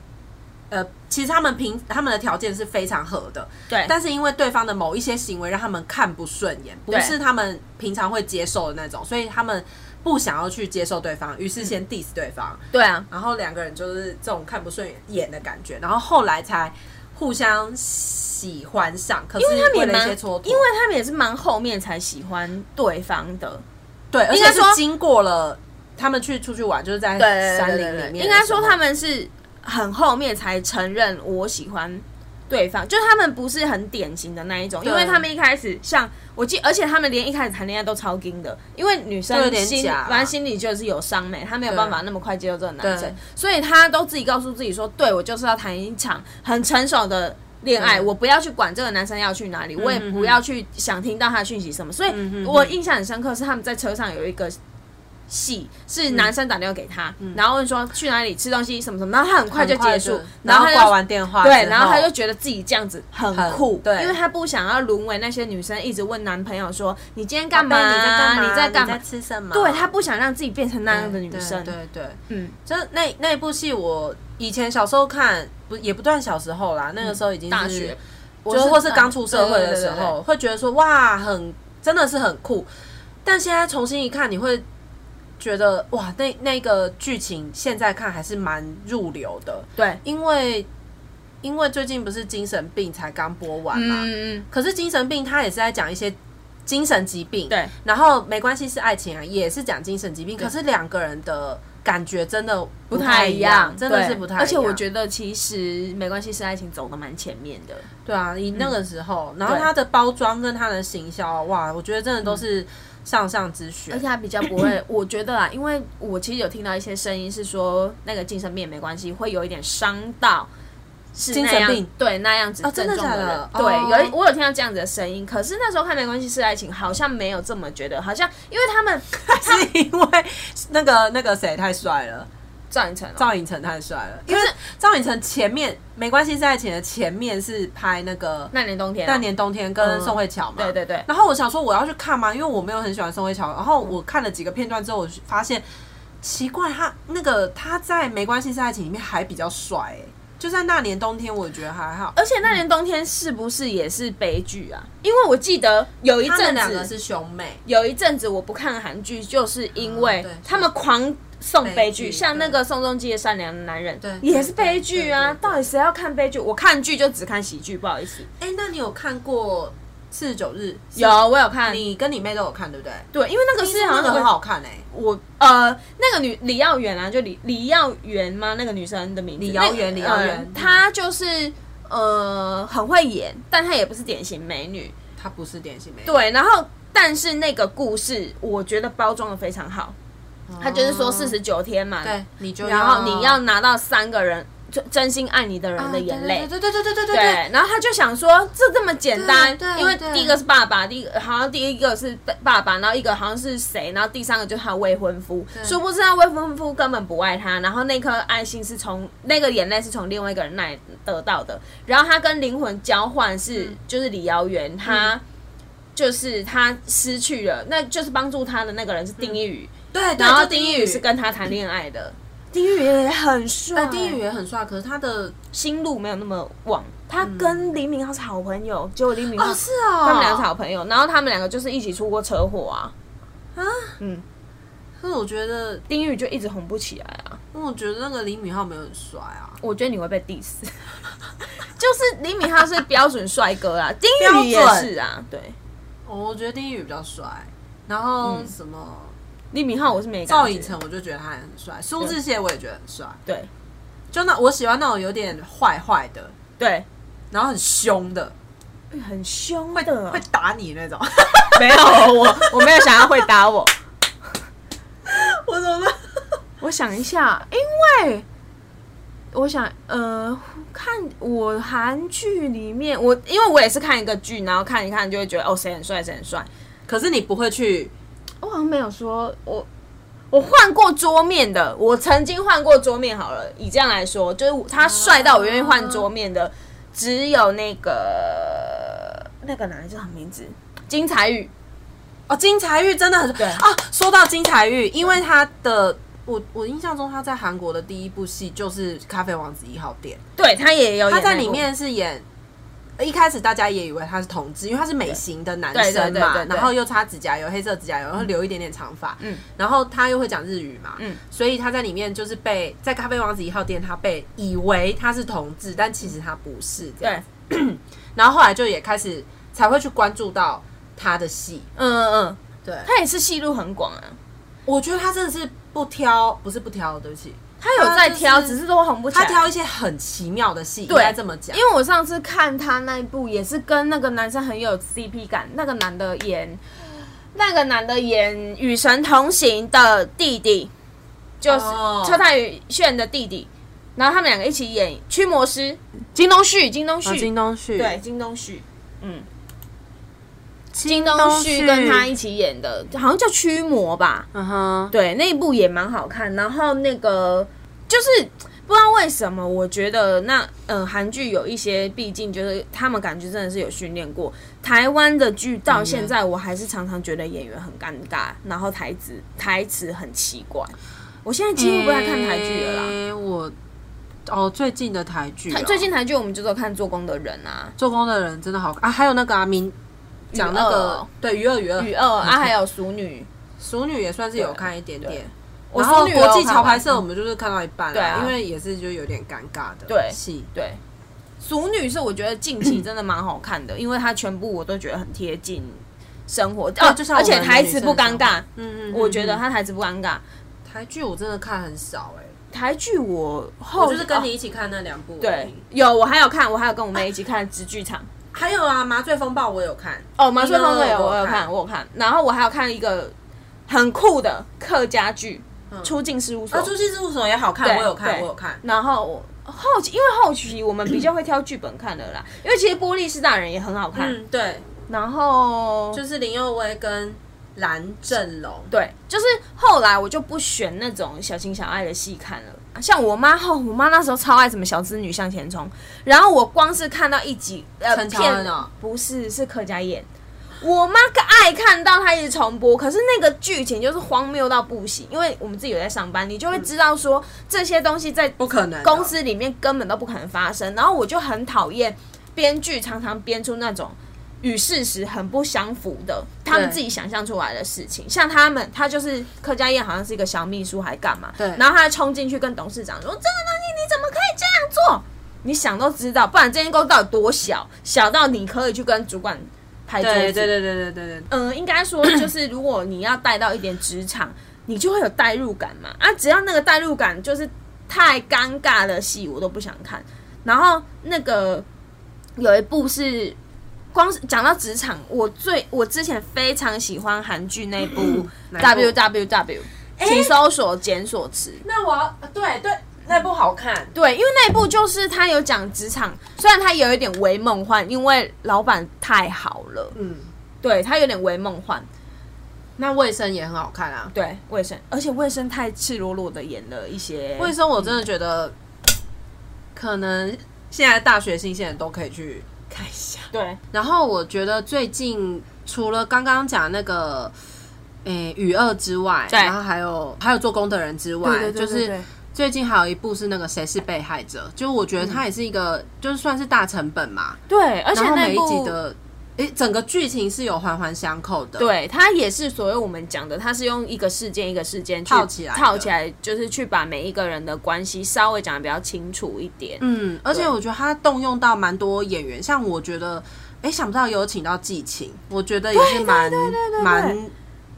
[SPEAKER 1] 呃，其实他们平他们的条件是非常合的，
[SPEAKER 2] 对，
[SPEAKER 1] 但是因为对方的某一些行为让他们看不顺眼，不
[SPEAKER 2] 对
[SPEAKER 1] 是他们平常会接受的那种，所以他们不想要去接受对方，于是
[SPEAKER 2] 嗯
[SPEAKER 1] 先 diss 对方，
[SPEAKER 2] 对啊，
[SPEAKER 1] 然后两个人就是这种看不顺眼的感觉，然后后来才互相喜欢上，可是
[SPEAKER 2] 因为他们
[SPEAKER 1] 为
[SPEAKER 2] 也
[SPEAKER 1] 了一
[SPEAKER 2] 蛮，
[SPEAKER 1] 些蹉跎，
[SPEAKER 2] 因为他们也是蛮后面才喜欢对方的。
[SPEAKER 1] 对，而
[SPEAKER 2] 应
[SPEAKER 1] 且
[SPEAKER 2] 该
[SPEAKER 1] 是
[SPEAKER 2] 说
[SPEAKER 1] 经过了他们去出去玩，就是在山林
[SPEAKER 2] 山林
[SPEAKER 1] 里
[SPEAKER 2] 里
[SPEAKER 1] 面，
[SPEAKER 2] 面应该说他。们是很后面才承认我喜欢对方，就是他们不是很典型的那一种，
[SPEAKER 1] 对
[SPEAKER 2] 因为他们一开始像我记，而且他们连一开始谈恋爱都超硬的，因为女
[SPEAKER 1] 都有
[SPEAKER 2] 生
[SPEAKER 1] 点
[SPEAKER 2] 心
[SPEAKER 1] 假啦
[SPEAKER 2] 反正心里就是有伤没，她没有
[SPEAKER 1] 对
[SPEAKER 2] 办法那么快接受这个男
[SPEAKER 1] 对
[SPEAKER 2] 生，所以她都自己告诉自己说，对我就是要谈一场很成熟的。恋爱，
[SPEAKER 1] 对
[SPEAKER 2] 我不要去管这个男生要去哪里，我也
[SPEAKER 1] 嗯嗯
[SPEAKER 2] 不要去想听到他的讯息什么。所
[SPEAKER 1] 嗯嗯
[SPEAKER 2] 以，我印象很深刻是他们在车上有一个戏是
[SPEAKER 1] 嗯
[SPEAKER 2] 男生打电话给他，然后问说去哪里吃东西什么什么，然后他很快就结束，
[SPEAKER 1] 然后
[SPEAKER 2] 他就
[SPEAKER 1] 挂完电话之，
[SPEAKER 2] 对，然后他就觉得自己这样子很
[SPEAKER 1] 很
[SPEAKER 2] 酷，
[SPEAKER 1] 对
[SPEAKER 2] 因为他不想要沦为那些女生一直问男朋友说你今天干嘛？
[SPEAKER 1] 哦你在干嘛？
[SPEAKER 2] 你在干
[SPEAKER 1] 你在
[SPEAKER 2] 嘛？
[SPEAKER 1] 吃什么？
[SPEAKER 2] 对他不想让自己变成那样的女
[SPEAKER 1] 对
[SPEAKER 2] 生，
[SPEAKER 1] 对对
[SPEAKER 2] 嗯，
[SPEAKER 1] 就是那那一部戏，我以前小时候看，不也不算小时候啦，那个时候已经是
[SPEAKER 2] 嗯大学，
[SPEAKER 1] 我就是
[SPEAKER 2] 是
[SPEAKER 1] 或是刚出社会的时
[SPEAKER 2] 对对对对
[SPEAKER 1] 候，
[SPEAKER 2] 对
[SPEAKER 1] 会觉得说哇，很真的是很酷。但现在重新一看，你会觉得哇，那那个剧情现在看还是蛮入流的，
[SPEAKER 2] 对，
[SPEAKER 1] 因为因为最近不是精神病才刚播完嘛，
[SPEAKER 2] 嗯嗯，
[SPEAKER 1] 可是精神病它也是在讲一些精神疾病，
[SPEAKER 2] 对，
[SPEAKER 1] 然后没关系是爱情啊，也是讲精神疾病，
[SPEAKER 2] 对
[SPEAKER 1] 可是两个人的感觉真的
[SPEAKER 2] 不
[SPEAKER 1] 不
[SPEAKER 2] 太
[SPEAKER 1] 一
[SPEAKER 2] 一样，
[SPEAKER 1] 真的是
[SPEAKER 2] 对
[SPEAKER 1] 不太一样。
[SPEAKER 2] 而且我觉得其实没关系，是爱情走的蛮前面的，
[SPEAKER 1] 对啊，以那
[SPEAKER 2] 嗯
[SPEAKER 1] 个时候，然后它的包装跟它的行销，哇，我觉得真的都是上上之
[SPEAKER 2] 嗯而
[SPEAKER 1] 选
[SPEAKER 2] 且。他比较不会，我觉得啊，因为我其实有听到一些声音是说，那个精神病也没关系，会有一点伤到是
[SPEAKER 1] 精
[SPEAKER 2] 那
[SPEAKER 1] 神
[SPEAKER 2] 样
[SPEAKER 1] 病
[SPEAKER 2] 对那样子
[SPEAKER 1] 哦真
[SPEAKER 2] 症
[SPEAKER 1] 的
[SPEAKER 2] 状
[SPEAKER 1] 假
[SPEAKER 2] 人。
[SPEAKER 1] 的
[SPEAKER 2] 对，
[SPEAKER 1] 哦
[SPEAKER 2] 有一我有听到这样子的声音，可是那时候看没关系是爱情，好像没有这么觉得，好像因 为他们
[SPEAKER 1] 是因为那个那个谁太帅了，
[SPEAKER 2] 赵寅成哦、
[SPEAKER 1] 赵寅成太帅了。因为赵寅成前面没关系是爱情的前面是拍那个
[SPEAKER 2] 那年冬天、
[SPEAKER 1] 那，年冬天跟
[SPEAKER 2] 嗯
[SPEAKER 1] 宋慧乔嘛，
[SPEAKER 2] 对对嗯对
[SPEAKER 1] 然后我想说我要去看嘛，因为我没有很喜欢宋慧乔。然后我看了几个片段之后，我发现奇怪，他那个他在《没关系是爱情》里面还比较帅、欸，
[SPEAKER 4] 就算那年冬天，我觉得还好。
[SPEAKER 2] 而且那年冬天是不是也是悲剧啊？因为我记得有一
[SPEAKER 1] 他们
[SPEAKER 2] 阵
[SPEAKER 1] 两个是
[SPEAKER 2] 子，
[SPEAKER 1] 兄妹，
[SPEAKER 2] 有一阵子我不看韩剧，就是因
[SPEAKER 1] 嗯
[SPEAKER 2] 为
[SPEAKER 1] 对
[SPEAKER 2] 他们狂送悲
[SPEAKER 1] 悲剧
[SPEAKER 2] 剧，像那
[SPEAKER 1] 对
[SPEAKER 2] 个宋仲基的《善良的男人
[SPEAKER 1] 对》
[SPEAKER 2] 也是悲剧啊
[SPEAKER 1] 对对对。对
[SPEAKER 2] 到底谁要看悲剧？我看剧就只看喜剧，不好意思。
[SPEAKER 1] 哎、那你有看过《四十九日》？
[SPEAKER 2] 有，我有看，
[SPEAKER 1] 你跟你妹都有看，对不对？
[SPEAKER 2] 对，因为那个是好欸
[SPEAKER 1] 那个
[SPEAKER 2] 像
[SPEAKER 1] 很好看哎、
[SPEAKER 2] 我呃，那个女李耀元啊，就李李耀元吗？那个女生的名字，
[SPEAKER 1] 李耀元李
[SPEAKER 2] 那个
[SPEAKER 1] 耀元
[SPEAKER 2] 呃
[SPEAKER 1] 嗯
[SPEAKER 2] 她就是呃很会演，但她也不是典型美女。
[SPEAKER 1] 她不是典型美女，
[SPEAKER 2] 对，然后但是那个故事，我觉得包装的非常好。她就是说四十九天嘛，
[SPEAKER 1] 哦对，，你就
[SPEAKER 2] 然后你要拿到三个人就真心爱你的
[SPEAKER 1] 啊
[SPEAKER 2] 人的眼泪。
[SPEAKER 1] 对对对对对对对
[SPEAKER 2] 对，然后她就想说，这这么简单
[SPEAKER 1] 对，对
[SPEAKER 2] 因为
[SPEAKER 1] 对
[SPEAKER 2] 第一个是爸爸，第一个好像第一个是爸爸，然后一个好像是谁，然后第三个就是她未婚夫，殊不知她未婚夫根本不爱她，然后那颗爱心是从那个眼泪是从另外一个人那里得到的，然后她跟灵魂交换是、
[SPEAKER 1] 嗯
[SPEAKER 2] 就是李瑶元，她就是她失去了，那就是帮助她的那个人
[SPEAKER 1] 嗯
[SPEAKER 2] 是丁一宇，
[SPEAKER 1] 对对，
[SPEAKER 2] 然后
[SPEAKER 1] 就
[SPEAKER 2] 丁
[SPEAKER 1] 丁
[SPEAKER 2] 一
[SPEAKER 1] 宇
[SPEAKER 2] 宇是跟她谈恋爱的，丁一宇也很帅
[SPEAKER 1] 呃丁宇也很帅，可是他的
[SPEAKER 2] 心路没有那么旺。他跟黎明浩是好朋友，结果黎明浩、
[SPEAKER 1] 哦是哦，
[SPEAKER 2] 他们俩是好朋友，然后他们两个就是一起出过车祸啊。
[SPEAKER 1] 啊，
[SPEAKER 2] 嗯，
[SPEAKER 1] 可是我觉得，
[SPEAKER 2] 丁宇就一直红不起来啊。
[SPEAKER 1] 因为我觉得那个李敏镐没有很帅啊，
[SPEAKER 2] 我觉得你会被 diss，就是李敏镐是标准帅哥啊，丁宇也
[SPEAKER 1] 标准
[SPEAKER 2] 是啊，对，
[SPEAKER 1] 哦我觉得丁宇比较帅，然后
[SPEAKER 2] 嗯
[SPEAKER 1] 什么
[SPEAKER 2] 李敏镐我是没感觉
[SPEAKER 1] 赵寅成，我就觉得他也很帅，苏志燮我也觉得很帅，
[SPEAKER 2] 对
[SPEAKER 1] 就那我喜欢那种有点坏坏的，
[SPEAKER 2] 对，
[SPEAKER 1] 然后很凶的，
[SPEAKER 2] 哎很凶
[SPEAKER 1] 会
[SPEAKER 2] 的啊、
[SPEAKER 1] 会打你 那种，
[SPEAKER 2] 没有我我没有想要会打我，
[SPEAKER 1] 我怎么？
[SPEAKER 2] 我想一下，因为我想，呃，看我韩剧里面，我因为我也是看一个剧，然后看一看就会觉得哦，谁很帅，谁很帅。
[SPEAKER 1] 可是你不会去
[SPEAKER 2] 我好像没有说，我我换过桌面的，我曾经换过桌面好了。以这样来说，就是
[SPEAKER 1] 啊
[SPEAKER 2] 他帅到我愿意换桌面的，只有那个那个哪一个名字？金彩宇，
[SPEAKER 1] 哦，金财玉真的很
[SPEAKER 2] 对
[SPEAKER 1] 啊！说到金财玉，因为他的我我印象中他在韩国的第一部戏就是《咖啡王子一号店
[SPEAKER 2] 对他也有》，
[SPEAKER 1] 他
[SPEAKER 2] 演
[SPEAKER 1] 在
[SPEAKER 2] 那
[SPEAKER 1] 里
[SPEAKER 2] 部
[SPEAKER 1] 面是演。一开始大家也以为他是同志，因为他是美型的男
[SPEAKER 2] 对对
[SPEAKER 1] 生
[SPEAKER 2] 对
[SPEAKER 1] 嘛
[SPEAKER 2] 对，对
[SPEAKER 1] 然后又擦指甲油、黑色指甲油，然后留一点点长发，
[SPEAKER 2] 嗯
[SPEAKER 1] 然后他又会讲日语嘛，
[SPEAKER 2] 嗯
[SPEAKER 1] 所以他在里面就是被在咖啡王子一号店，他被以为他是同志，但其实他不是这样
[SPEAKER 2] 对，
[SPEAKER 1] 然后后来就也开始才会去关注到他的戏，
[SPEAKER 2] 嗯嗯嗯，
[SPEAKER 1] 对，
[SPEAKER 2] 他也是戏路很广啊。
[SPEAKER 1] 我觉得他真的是不挑，不是不挑，对不起，
[SPEAKER 2] 他有在挑，
[SPEAKER 1] 他就是
[SPEAKER 2] 只是都红不起
[SPEAKER 1] 他
[SPEAKER 2] 来。
[SPEAKER 1] 挑一些很奇妙的戏，应
[SPEAKER 2] 对
[SPEAKER 1] 该这么讲
[SPEAKER 2] 因。为我上次看他那一部，也是跟那个男生很有 CP 感，那个男的演，那个男的演《与神同行》的弟弟，就是
[SPEAKER 1] 哦
[SPEAKER 2] 车太宇炫的弟弟，然后他们两个一起演驱魔师金东旭，金东旭，
[SPEAKER 1] 哦东旭
[SPEAKER 2] 对，，金东旭，嗯，
[SPEAKER 1] 金
[SPEAKER 2] 东旭跟他，一起演的，好像叫驱魔吧，
[SPEAKER 1] 嗯哼，
[SPEAKER 2] 对，那一部也蛮好看。然后那个就是不知道为什么，我觉得那呃韩剧有一些，毕竟就是他们感觉真的是有训练过。台湾的剧到现在，我还是常常觉得演员很尴尬，然后台词台词很奇怪。我现在几乎不太看台剧了啦。
[SPEAKER 1] 诶我哦，最近的台剧哦、
[SPEAKER 2] 最近台剧我们就都看《做工的人》啊，
[SPEAKER 1] 做工的人真的好看啊，还有那个阿明讲那个
[SPEAKER 2] 鱼二
[SPEAKER 1] 对鱼二哦鱼
[SPEAKER 2] 《雨
[SPEAKER 1] 二
[SPEAKER 2] 二》啊，还有《熟女
[SPEAKER 1] 熟女也算是有看一点点。
[SPEAKER 2] 我
[SPEAKER 1] 然后
[SPEAKER 2] 熟女也有
[SPEAKER 1] 国际
[SPEAKER 2] 看
[SPEAKER 1] 桥牌
[SPEAKER 2] 完
[SPEAKER 1] 社我们就是看嗯到一半
[SPEAKER 2] 对
[SPEAKER 1] 啦，
[SPEAKER 2] 啊
[SPEAKER 1] 因为也是就有点尴尬的
[SPEAKER 2] 对
[SPEAKER 1] 戏》。。
[SPEAKER 2] 对，《熟女》是我觉得近期真的蛮好看的，因为它全部我都觉得很贴近生活，
[SPEAKER 1] 对
[SPEAKER 2] 啊
[SPEAKER 1] 就像
[SPEAKER 2] 而
[SPEAKER 1] 我
[SPEAKER 2] 且
[SPEAKER 1] 们
[SPEAKER 2] 台
[SPEAKER 1] 女
[SPEAKER 2] 词
[SPEAKER 1] 生
[SPEAKER 2] 不
[SPEAKER 1] 的
[SPEAKER 2] 尴
[SPEAKER 1] 生
[SPEAKER 2] 尬。
[SPEAKER 1] 嗯嗯嗯
[SPEAKER 2] 我觉得
[SPEAKER 1] 嗯
[SPEAKER 2] 他台词不尴尬。
[SPEAKER 1] 台剧我真的看很少哎、
[SPEAKER 2] 台剧我后
[SPEAKER 1] 我就是跟你
[SPEAKER 2] 哦
[SPEAKER 1] 一起看那两部、
[SPEAKER 2] 对，有我还有看，我还有跟我妹一起看《直剧场》
[SPEAKER 1] 还有啊，《麻醉风暴》我有看，
[SPEAKER 2] 哦，《麻醉风暴》有我有
[SPEAKER 1] 看
[SPEAKER 2] 看，我有看，然后我还有看一个很酷的客家剧
[SPEAKER 1] 嗯
[SPEAKER 2] 《出境事务所
[SPEAKER 1] 啊，《出》，境事务所》也好看，
[SPEAKER 2] 对
[SPEAKER 1] 我有看，
[SPEAKER 2] 对
[SPEAKER 1] 我有看。
[SPEAKER 2] 然后我后期因为后期我们比较会挑剧本看的啦，因为其实《玻璃是大人》也很好看，
[SPEAKER 1] 嗯，对，
[SPEAKER 2] 然后
[SPEAKER 1] 就是林佑威跟蓝正龙。
[SPEAKER 2] 对，就是后来我就不选那种小情小爱的戏看了。像我妈后，我妈那时候超爱什么《小资女向前冲》，然后我光是看到一集呃
[SPEAKER 1] 陈乔
[SPEAKER 2] 片
[SPEAKER 1] 恩哦
[SPEAKER 2] 不是是客家演，我妈个爱看到她一直重播，可是那个剧情就是荒谬到不行，因为我们自己有在上班，你就会知道说这些东西在
[SPEAKER 5] 不可能的
[SPEAKER 2] 公司里面根本都不可能发生。然后我就很讨厌编剧常常编出那种与事实很不相符的，他们
[SPEAKER 1] 对
[SPEAKER 2] 自己想象出来的事情。像他们，他就是柯佳燕好像是一个小秘书还干嘛，
[SPEAKER 1] 对
[SPEAKER 2] 然后他冲进去跟董事长说：“这个东西你怎么可以这样做？”你想都知道，不然这间公司到底多小，小到你可以去跟主管拍桌子。
[SPEAKER 1] 对对对对对对对，
[SPEAKER 2] 嗯，应该说就是，如果你要带到一点职场，你就会有代入感嘛。啊，只要那个代入感就是太尴尬的戏，我都不想看。然后那个有一部是，光是讲到职场，我最我之前非常喜欢韩剧那部
[SPEAKER 5] 嗯哪一部
[SPEAKER 2] W W W，请搜索检索词。
[SPEAKER 1] 那我要对对，那不好看，
[SPEAKER 2] 对，因为那一部就是他有讲职场，虽然他有一点微梦幻，因为老板太好了，
[SPEAKER 5] 嗯，
[SPEAKER 2] 对他有点微梦幻。
[SPEAKER 1] 那卫生也很好看啊。
[SPEAKER 2] 对，卫生，而且卫生太赤裸裸的演了一些
[SPEAKER 1] 卫生我真的觉得，可能现在大学新鲜人都可以去
[SPEAKER 5] 看一下，
[SPEAKER 2] 对，
[SPEAKER 1] 然后我觉得最近除了刚刚讲那个，诶、雨二之外，
[SPEAKER 2] 对
[SPEAKER 1] 然后还有还有做工的人之外，就是
[SPEAKER 2] 是
[SPEAKER 1] 最近还有一部是那个谁是被害者，就我觉得它也是一个、就是算是大成本嘛，
[SPEAKER 2] 对，嗯而且
[SPEAKER 1] 然后
[SPEAKER 2] 那
[SPEAKER 1] 每一
[SPEAKER 2] 部
[SPEAKER 1] 集的诶、整个剧情是有环环相扣的，，
[SPEAKER 2] 对它也是所谓我们讲的，它是用一个事件一个事件去
[SPEAKER 1] 套起来的
[SPEAKER 2] 套起来就是去把每一个人的关系稍微讲的比较清楚一点。
[SPEAKER 1] 嗯，而且我觉得它动用到蛮多演员，像我觉得诶、想不到有请到季晴，我觉得也是蛮
[SPEAKER 2] 对
[SPEAKER 1] 蛮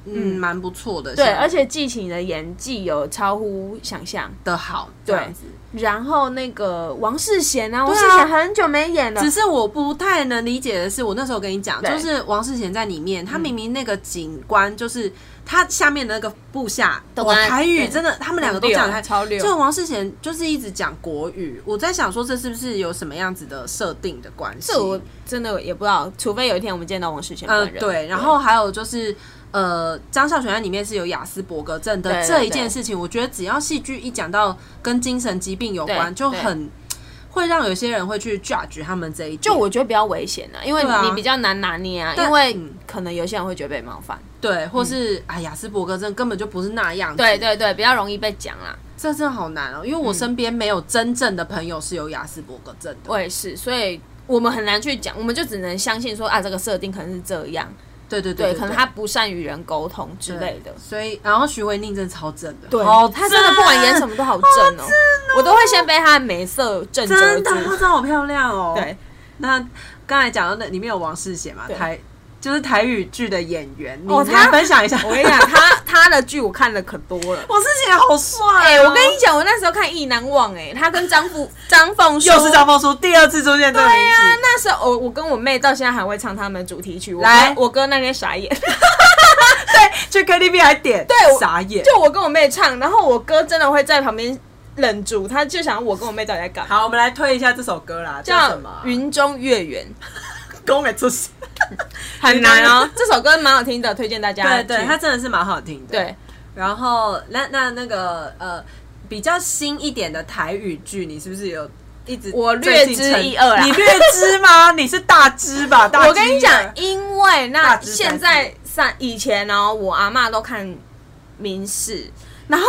[SPEAKER 1] 嗯蛮不错的，
[SPEAKER 2] 对，
[SPEAKER 1] 像
[SPEAKER 2] 而且季晴的演技有超乎想象。
[SPEAKER 1] 的好这样子。
[SPEAKER 2] 然后那个王世贤啊，王
[SPEAKER 1] 对啊
[SPEAKER 2] 世贤很久没演了
[SPEAKER 1] 只，是我不太能理解的是，我那时候跟你讲，
[SPEAKER 2] 对
[SPEAKER 1] 就是王世贤在里面，他明明那个警官就是他下面的那个部下，
[SPEAKER 2] 都
[SPEAKER 1] 哇
[SPEAKER 2] 跟他
[SPEAKER 1] 台语
[SPEAKER 2] 对
[SPEAKER 1] 真的，他们两个都
[SPEAKER 2] 很
[SPEAKER 1] 讲
[SPEAKER 2] 溜
[SPEAKER 1] 台
[SPEAKER 2] 超溜
[SPEAKER 1] 就王世贤就是一直讲国语，我在想说这是不是有什么样子的设定的关系？
[SPEAKER 2] 这我真的也不知道，除非有一天我们见到王世贤
[SPEAKER 1] 呃
[SPEAKER 2] 本人。
[SPEAKER 1] 对，然后还有就是。呃，张孝全在里面是有雅斯伯格症的
[SPEAKER 2] 对对
[SPEAKER 1] 这一件事情，我觉得只要戏剧一讲到跟精神疾病有关，
[SPEAKER 2] 对
[SPEAKER 1] 就
[SPEAKER 2] 对
[SPEAKER 1] 很会让有些人会去 judge 他们这一点。
[SPEAKER 2] 就我觉得比较危险啊，因为
[SPEAKER 1] 对啊
[SPEAKER 2] 你比较难拿捏啊，
[SPEAKER 1] 但
[SPEAKER 2] 因为
[SPEAKER 1] 嗯
[SPEAKER 2] 可能有些人会觉得被冒犯。
[SPEAKER 1] 对，或是、哎，雅斯伯格症根本就不是那样子。
[SPEAKER 2] 嗯对，嗯对对，比较容易被讲啦。
[SPEAKER 1] 这真的好难哦，因为我身边没有真正的朋友是有雅斯伯格症的。
[SPEAKER 2] 我也是，所以我们很难去讲，我们就只能相信说啊，这个设定可能是这样，
[SPEAKER 1] 对对对
[SPEAKER 2] 对，可能他不善与人沟通之类的。
[SPEAKER 1] 所以，然后徐维宁真的超正的，
[SPEAKER 2] 对
[SPEAKER 1] 好，
[SPEAKER 2] 他真的不管演什
[SPEAKER 1] 么，
[SPEAKER 2] 么都好正哦，我都会先被他的美色震慑
[SPEAKER 1] 真的，她
[SPEAKER 2] 住。
[SPEAKER 1] 真的好漂亮哦。，
[SPEAKER 2] 对，
[SPEAKER 5] 那刚才讲到那里面有王世贤嘛，
[SPEAKER 2] 对
[SPEAKER 5] 台就是台语剧的演员，你
[SPEAKER 2] 哦他
[SPEAKER 5] 来分享一下。
[SPEAKER 2] 我跟你讲，他他的剧我看的可多了。
[SPEAKER 5] 王世贤好帅啊、
[SPEAKER 1] 哦
[SPEAKER 2] 哎、我跟你讲，我那时候看《意难忘》，哎，他跟张富张凤书
[SPEAKER 5] 又是张峰叔第二次出现这个名
[SPEAKER 2] 对啊呀、
[SPEAKER 5] 字，
[SPEAKER 2] 那时候我我跟我妹到现在还会唱他们的主题曲。我哥
[SPEAKER 5] 来
[SPEAKER 2] 我哥那天傻眼，
[SPEAKER 5] 去 KTV 还点，
[SPEAKER 2] 对我
[SPEAKER 5] 傻眼。
[SPEAKER 2] 就我跟我妹唱，然后我哥真的会在旁边忍住，他就想我跟我妹到底在干嘛。
[SPEAKER 5] 好，我们来推一下这首歌啦，叫
[SPEAKER 2] 叫
[SPEAKER 5] 什么啊？
[SPEAKER 2] 《云中月圆
[SPEAKER 5] 公给出现，》，
[SPEAKER 2] 很难哦。这首歌蛮好听的，推荐大 家
[SPEAKER 5] 对
[SPEAKER 2] 去。
[SPEAKER 5] 啊对，它真的是蛮好听的。
[SPEAKER 2] 对，
[SPEAKER 5] 然后那那那个呃比较新一点的台语剧，你是不是有一直
[SPEAKER 2] 我略知
[SPEAKER 5] 最近沉
[SPEAKER 2] 一二啦 啊
[SPEAKER 5] 你略知吗？ 你是大知吧？大知
[SPEAKER 2] 我跟你
[SPEAKER 5] 一二
[SPEAKER 2] 讲，，因为
[SPEAKER 5] 大
[SPEAKER 2] 那
[SPEAKER 5] 致
[SPEAKER 2] 现在上以前哦，我阿嬷都看民视，然后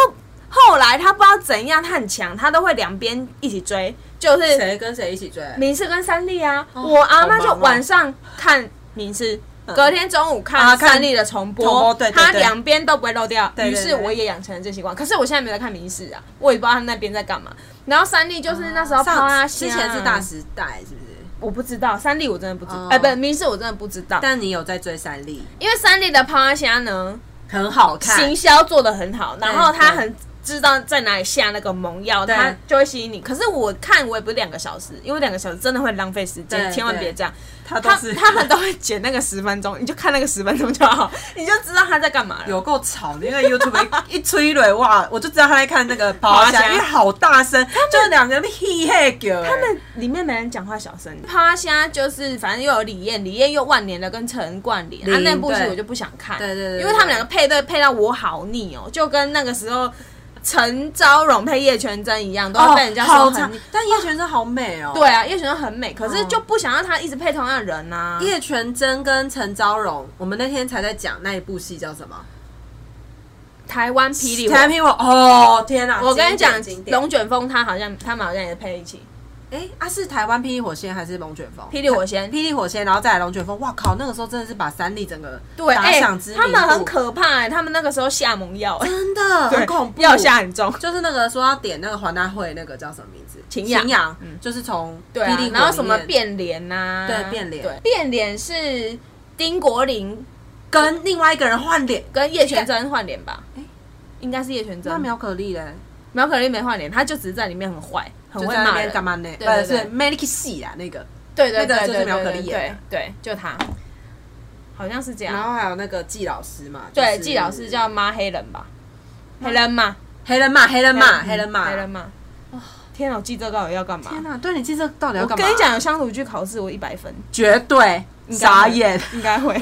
[SPEAKER 2] 后来她不知道怎样，她很强，她都会两边一起追，就是
[SPEAKER 1] 谁跟谁一起追？
[SPEAKER 2] 民视跟三立啊，我阿妈
[SPEAKER 5] 好
[SPEAKER 2] 就
[SPEAKER 5] 忙哦
[SPEAKER 2] 晚上看民视，
[SPEAKER 1] 嗯
[SPEAKER 2] 隔天中午
[SPEAKER 5] 啊
[SPEAKER 2] 看
[SPEAKER 5] 看
[SPEAKER 2] 三立的重播，
[SPEAKER 5] 重播对对
[SPEAKER 2] 她
[SPEAKER 5] 对
[SPEAKER 2] 两边都不会漏掉。
[SPEAKER 5] 对对
[SPEAKER 2] 于
[SPEAKER 5] 对
[SPEAKER 2] 是我也养成了这习惯，可是我现在没有在看民视啊，我也不知道他们那边在干嘛。然后三立就是那时候抛啊，
[SPEAKER 1] 哦上之前是大，时代，是不是？
[SPEAKER 2] 我不知道三立我真的不知道
[SPEAKER 1] 哦，
[SPEAKER 2] 哎，不民视我真的不知道，
[SPEAKER 1] 但你有在追三立，
[SPEAKER 2] 因为三立的抛啊虾呢，
[SPEAKER 1] 很好看
[SPEAKER 2] 行。销做的很好，然后他
[SPEAKER 1] 对
[SPEAKER 2] 很知道在哪里下那个猛药，
[SPEAKER 1] 对
[SPEAKER 2] 他就会吸引你。可是我看我也不是两个小时，因为两个小时真的会浪费时
[SPEAKER 1] 对
[SPEAKER 2] 间，千万别
[SPEAKER 1] 对
[SPEAKER 2] 这样。
[SPEAKER 5] 他都
[SPEAKER 2] 他
[SPEAKER 5] 是
[SPEAKER 2] 他们都会剪那个十分钟，你就看那个十分钟就好，你就知道他在干嘛了。
[SPEAKER 5] 有够吵的，因为 YouTube 一一吹蕊哇，我就知道他在看那个
[SPEAKER 1] 啊
[SPEAKER 5] 趴
[SPEAKER 2] 趴
[SPEAKER 5] 下，
[SPEAKER 2] 下
[SPEAKER 5] 因为好大声，就是两个人嘿嘿狗，
[SPEAKER 2] 他
[SPEAKER 1] 欸
[SPEAKER 2] 们里面没人讲话，小声。趴虾就是反正又有李艳，李艳又万年的跟陈冠霖，啊
[SPEAKER 1] 林
[SPEAKER 2] 那部戏
[SPEAKER 1] 对
[SPEAKER 2] 我就不想看，
[SPEAKER 1] 对对对对
[SPEAKER 2] 因为他们两个配对配到我好腻哦，就跟那个时候陈昭荣配叶全真一样，都
[SPEAKER 1] 哦
[SPEAKER 2] 会被人家
[SPEAKER 1] 好
[SPEAKER 2] 说
[SPEAKER 1] 长
[SPEAKER 2] 很。，
[SPEAKER 1] 但叶全真好美哦。
[SPEAKER 2] 对啊，叶全真很美，可是
[SPEAKER 1] 嗯
[SPEAKER 2] 就不想让她一直配同样的人呐、啊。
[SPEAKER 1] 叶全真跟陈昭荣，我们那天才在讲那一部戏叫什么？
[SPEAKER 2] 台湾霹雳舞，
[SPEAKER 1] 台湾霹雳舞哦，天哪！
[SPEAKER 2] 我跟你讲
[SPEAKER 1] 经典，经典
[SPEAKER 2] 龙卷风他好像他们好像也配一起。
[SPEAKER 1] 哎，啊是台湾霹雳火线还是龙卷风？
[SPEAKER 2] 霹雳火线
[SPEAKER 1] 霹雳火线，然后再来龙卷风。哇靠，那个时候真的是把三立整个
[SPEAKER 2] 对，
[SPEAKER 1] 打
[SPEAKER 2] 哎、
[SPEAKER 1] 响知名
[SPEAKER 2] 他
[SPEAKER 1] 度
[SPEAKER 2] 们很可怕、哎，他们那个时候下猛药、哎
[SPEAKER 1] 真的
[SPEAKER 2] 对
[SPEAKER 1] 很恐怖，
[SPEAKER 2] 药下很重。
[SPEAKER 1] 就是那个说要点那个环大会那个叫什么名字？
[SPEAKER 2] 秦阳
[SPEAKER 1] 阳
[SPEAKER 2] 嗯，
[SPEAKER 1] 就是从
[SPEAKER 2] 对啊
[SPEAKER 1] 霹雳，
[SPEAKER 2] 然后什么
[SPEAKER 1] 火里面
[SPEAKER 2] 变脸呐、
[SPEAKER 1] 对变脸
[SPEAKER 2] 对，变脸是丁国林
[SPEAKER 1] 跟另外一个人换脸，
[SPEAKER 2] 跟叶全真换脸吧？
[SPEAKER 1] 哎
[SPEAKER 2] 应该是叶全真。
[SPEAKER 1] 那苗可丽嘞，
[SPEAKER 2] 苗可丽没换脸，她就只是在里面很坏，很
[SPEAKER 1] 就
[SPEAKER 2] 会
[SPEAKER 1] 在那
[SPEAKER 2] 骂
[SPEAKER 1] 边
[SPEAKER 2] 人。
[SPEAKER 1] 干嘛呢？
[SPEAKER 2] 对对
[SPEAKER 1] 呃
[SPEAKER 2] 对
[SPEAKER 1] 是 Malik 戏啦那个，
[SPEAKER 2] 对
[SPEAKER 1] 那
[SPEAKER 2] 对对
[SPEAKER 1] 个
[SPEAKER 2] 对
[SPEAKER 1] 就是
[SPEAKER 2] 对
[SPEAKER 1] 苗可
[SPEAKER 2] 对
[SPEAKER 1] 丽演
[SPEAKER 2] 对对，就她，好像是这
[SPEAKER 1] 然
[SPEAKER 2] 样。
[SPEAKER 1] 后还有那个季老师嘛，
[SPEAKER 2] 啊对，
[SPEAKER 1] 就是
[SPEAKER 2] 季老师叫妈黑人吧？黑人嘛，
[SPEAKER 1] 黑人骂，黑人骂，黑人骂，
[SPEAKER 2] 黑人嘛。天啊，我记这个到底要干嘛？
[SPEAKER 1] 天哪，对你记这到底要
[SPEAKER 2] 我
[SPEAKER 1] 干嘛？
[SPEAKER 2] 跟你讲，，有乡土剧考试我一百分，
[SPEAKER 1] 绝对
[SPEAKER 2] 应该会
[SPEAKER 1] 傻眼，
[SPEAKER 2] 应该会。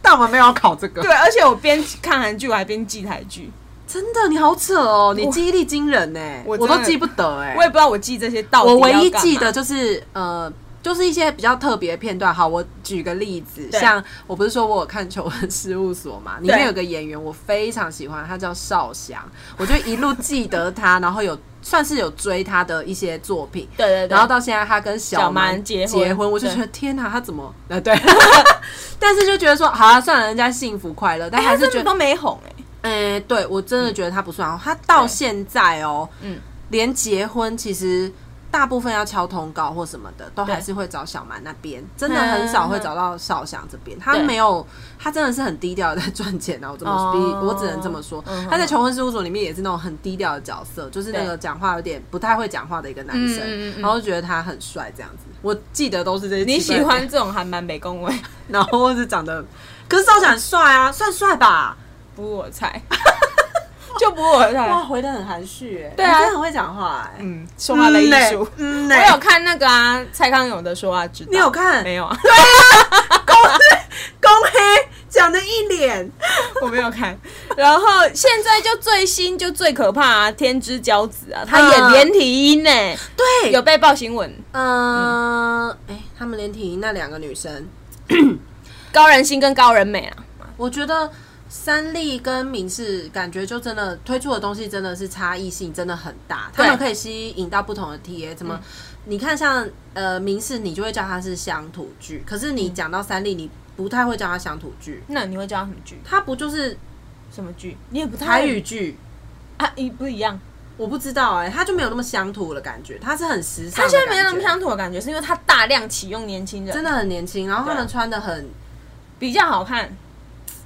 [SPEAKER 6] 但我们没有要考这个
[SPEAKER 2] 对，，而且我边看韩剧我还边记台剧，
[SPEAKER 1] 真的你好扯哦，你记忆力惊人呢，我
[SPEAKER 2] 我真
[SPEAKER 1] 都
[SPEAKER 2] 的
[SPEAKER 1] 记不得哎
[SPEAKER 2] 我，也不知道我记这些到底
[SPEAKER 1] 我唯
[SPEAKER 2] 要
[SPEAKER 1] 一
[SPEAKER 2] 干
[SPEAKER 1] 记
[SPEAKER 2] 嘛
[SPEAKER 1] 得就是呃，就是一些比较特别的片段。好，我举个例子，
[SPEAKER 2] 对
[SPEAKER 1] 像我不是说我有看《求婚事务所》嘛，里面
[SPEAKER 2] 对
[SPEAKER 1] 有个演员我非常喜欢，他叫邵翔，我就一路记得他，然后有算是有追他的一些作品。
[SPEAKER 2] 对对对，
[SPEAKER 1] 然后到现在，他跟
[SPEAKER 2] 小
[SPEAKER 1] 小
[SPEAKER 2] 蛮
[SPEAKER 1] 蛮
[SPEAKER 2] 结婚
[SPEAKER 1] 婚，我就
[SPEAKER 2] 对
[SPEAKER 1] 觉得天哪，他怎 么？呃，对， 但是就觉得说，好啊，算了，人家幸福快乐，但
[SPEAKER 2] 哎，
[SPEAKER 1] 还
[SPEAKER 2] 他
[SPEAKER 1] 是
[SPEAKER 2] 真
[SPEAKER 1] 觉
[SPEAKER 2] 的
[SPEAKER 1] 得，
[SPEAKER 2] 都没红哎，
[SPEAKER 1] 哎，对我真的觉得他不算好，他到
[SPEAKER 2] 对
[SPEAKER 1] 现在哦，
[SPEAKER 2] 嗯，
[SPEAKER 1] 连结婚其实大部分要敲通告或什么的，都还是会找小蛮那边，真的很少会找到少祥这边。他
[SPEAKER 2] 嗯对
[SPEAKER 1] 没有，他真的是很低调的在赚钱啊！我这么
[SPEAKER 2] 哦
[SPEAKER 1] 比，我只能这么说
[SPEAKER 2] 嗯哼。
[SPEAKER 1] 他在求婚事务所里面也是那种很低调的角色，就是那个
[SPEAKER 2] 对
[SPEAKER 1] 讲话有点不太会讲话的一个男
[SPEAKER 2] 嗯嗯嗯
[SPEAKER 1] 生
[SPEAKER 2] 嗯，
[SPEAKER 1] 然后就觉得他很帅这样子。我记得都是这些。
[SPEAKER 2] 你喜欢？这种韩版 北宫位？
[SPEAKER 1] 然后或是长得，可是少祥很帅啊，算帅吧？
[SPEAKER 2] 不是我菜， 就不是我
[SPEAKER 1] 哇，
[SPEAKER 2] 菜。
[SPEAKER 1] 回的很含蓄哎，
[SPEAKER 2] 哎对啊
[SPEAKER 1] 你真的很会讲话哎。
[SPEAKER 2] 嗯，说话的艺术。
[SPEAKER 1] 嗯
[SPEAKER 2] 我
[SPEAKER 1] 嘞，
[SPEAKER 2] 有看那个啊，蔡康永的说话之道，
[SPEAKER 1] 你有看？
[SPEAKER 2] 没有啊？
[SPEAKER 1] 公黑讲的一脸，
[SPEAKER 2] 我没有看。然后现在就最新就最可怕啊，天之骄子啊，他演
[SPEAKER 1] 嗯
[SPEAKER 2] 连体婴呢，
[SPEAKER 1] 对，
[SPEAKER 2] 有被报新闻，
[SPEAKER 1] 嗯，哎、他们连体婴那两个女生，
[SPEAKER 2] 高人心跟高人美啊。
[SPEAKER 1] 我觉得三立跟明视感觉就真的推出的东西真的是差异性真的很大，他
[SPEAKER 2] 对嗯
[SPEAKER 1] 们可以吸引到不同的 TA，怎么？你看像呃明视，你就会叫它是乡土剧，可是
[SPEAKER 2] 嗯
[SPEAKER 1] 你讲到三立，你不太会叫它乡土剧，
[SPEAKER 2] 那你会叫他什么剧？
[SPEAKER 1] 它不就是
[SPEAKER 2] 什么剧？你也不太
[SPEAKER 1] 台语剧？
[SPEAKER 2] 啊，一不一样。
[SPEAKER 1] 我不知道哎、它就没有那么乡土的感觉，它是很时尚
[SPEAKER 2] 他
[SPEAKER 1] 的感
[SPEAKER 2] 现
[SPEAKER 1] 觉，
[SPEAKER 2] 在没有那么乡土的感觉，是因为他大量启用年轻人，
[SPEAKER 1] 真的很年轻，然后他们
[SPEAKER 2] 对
[SPEAKER 1] 穿的很
[SPEAKER 2] 比较好看。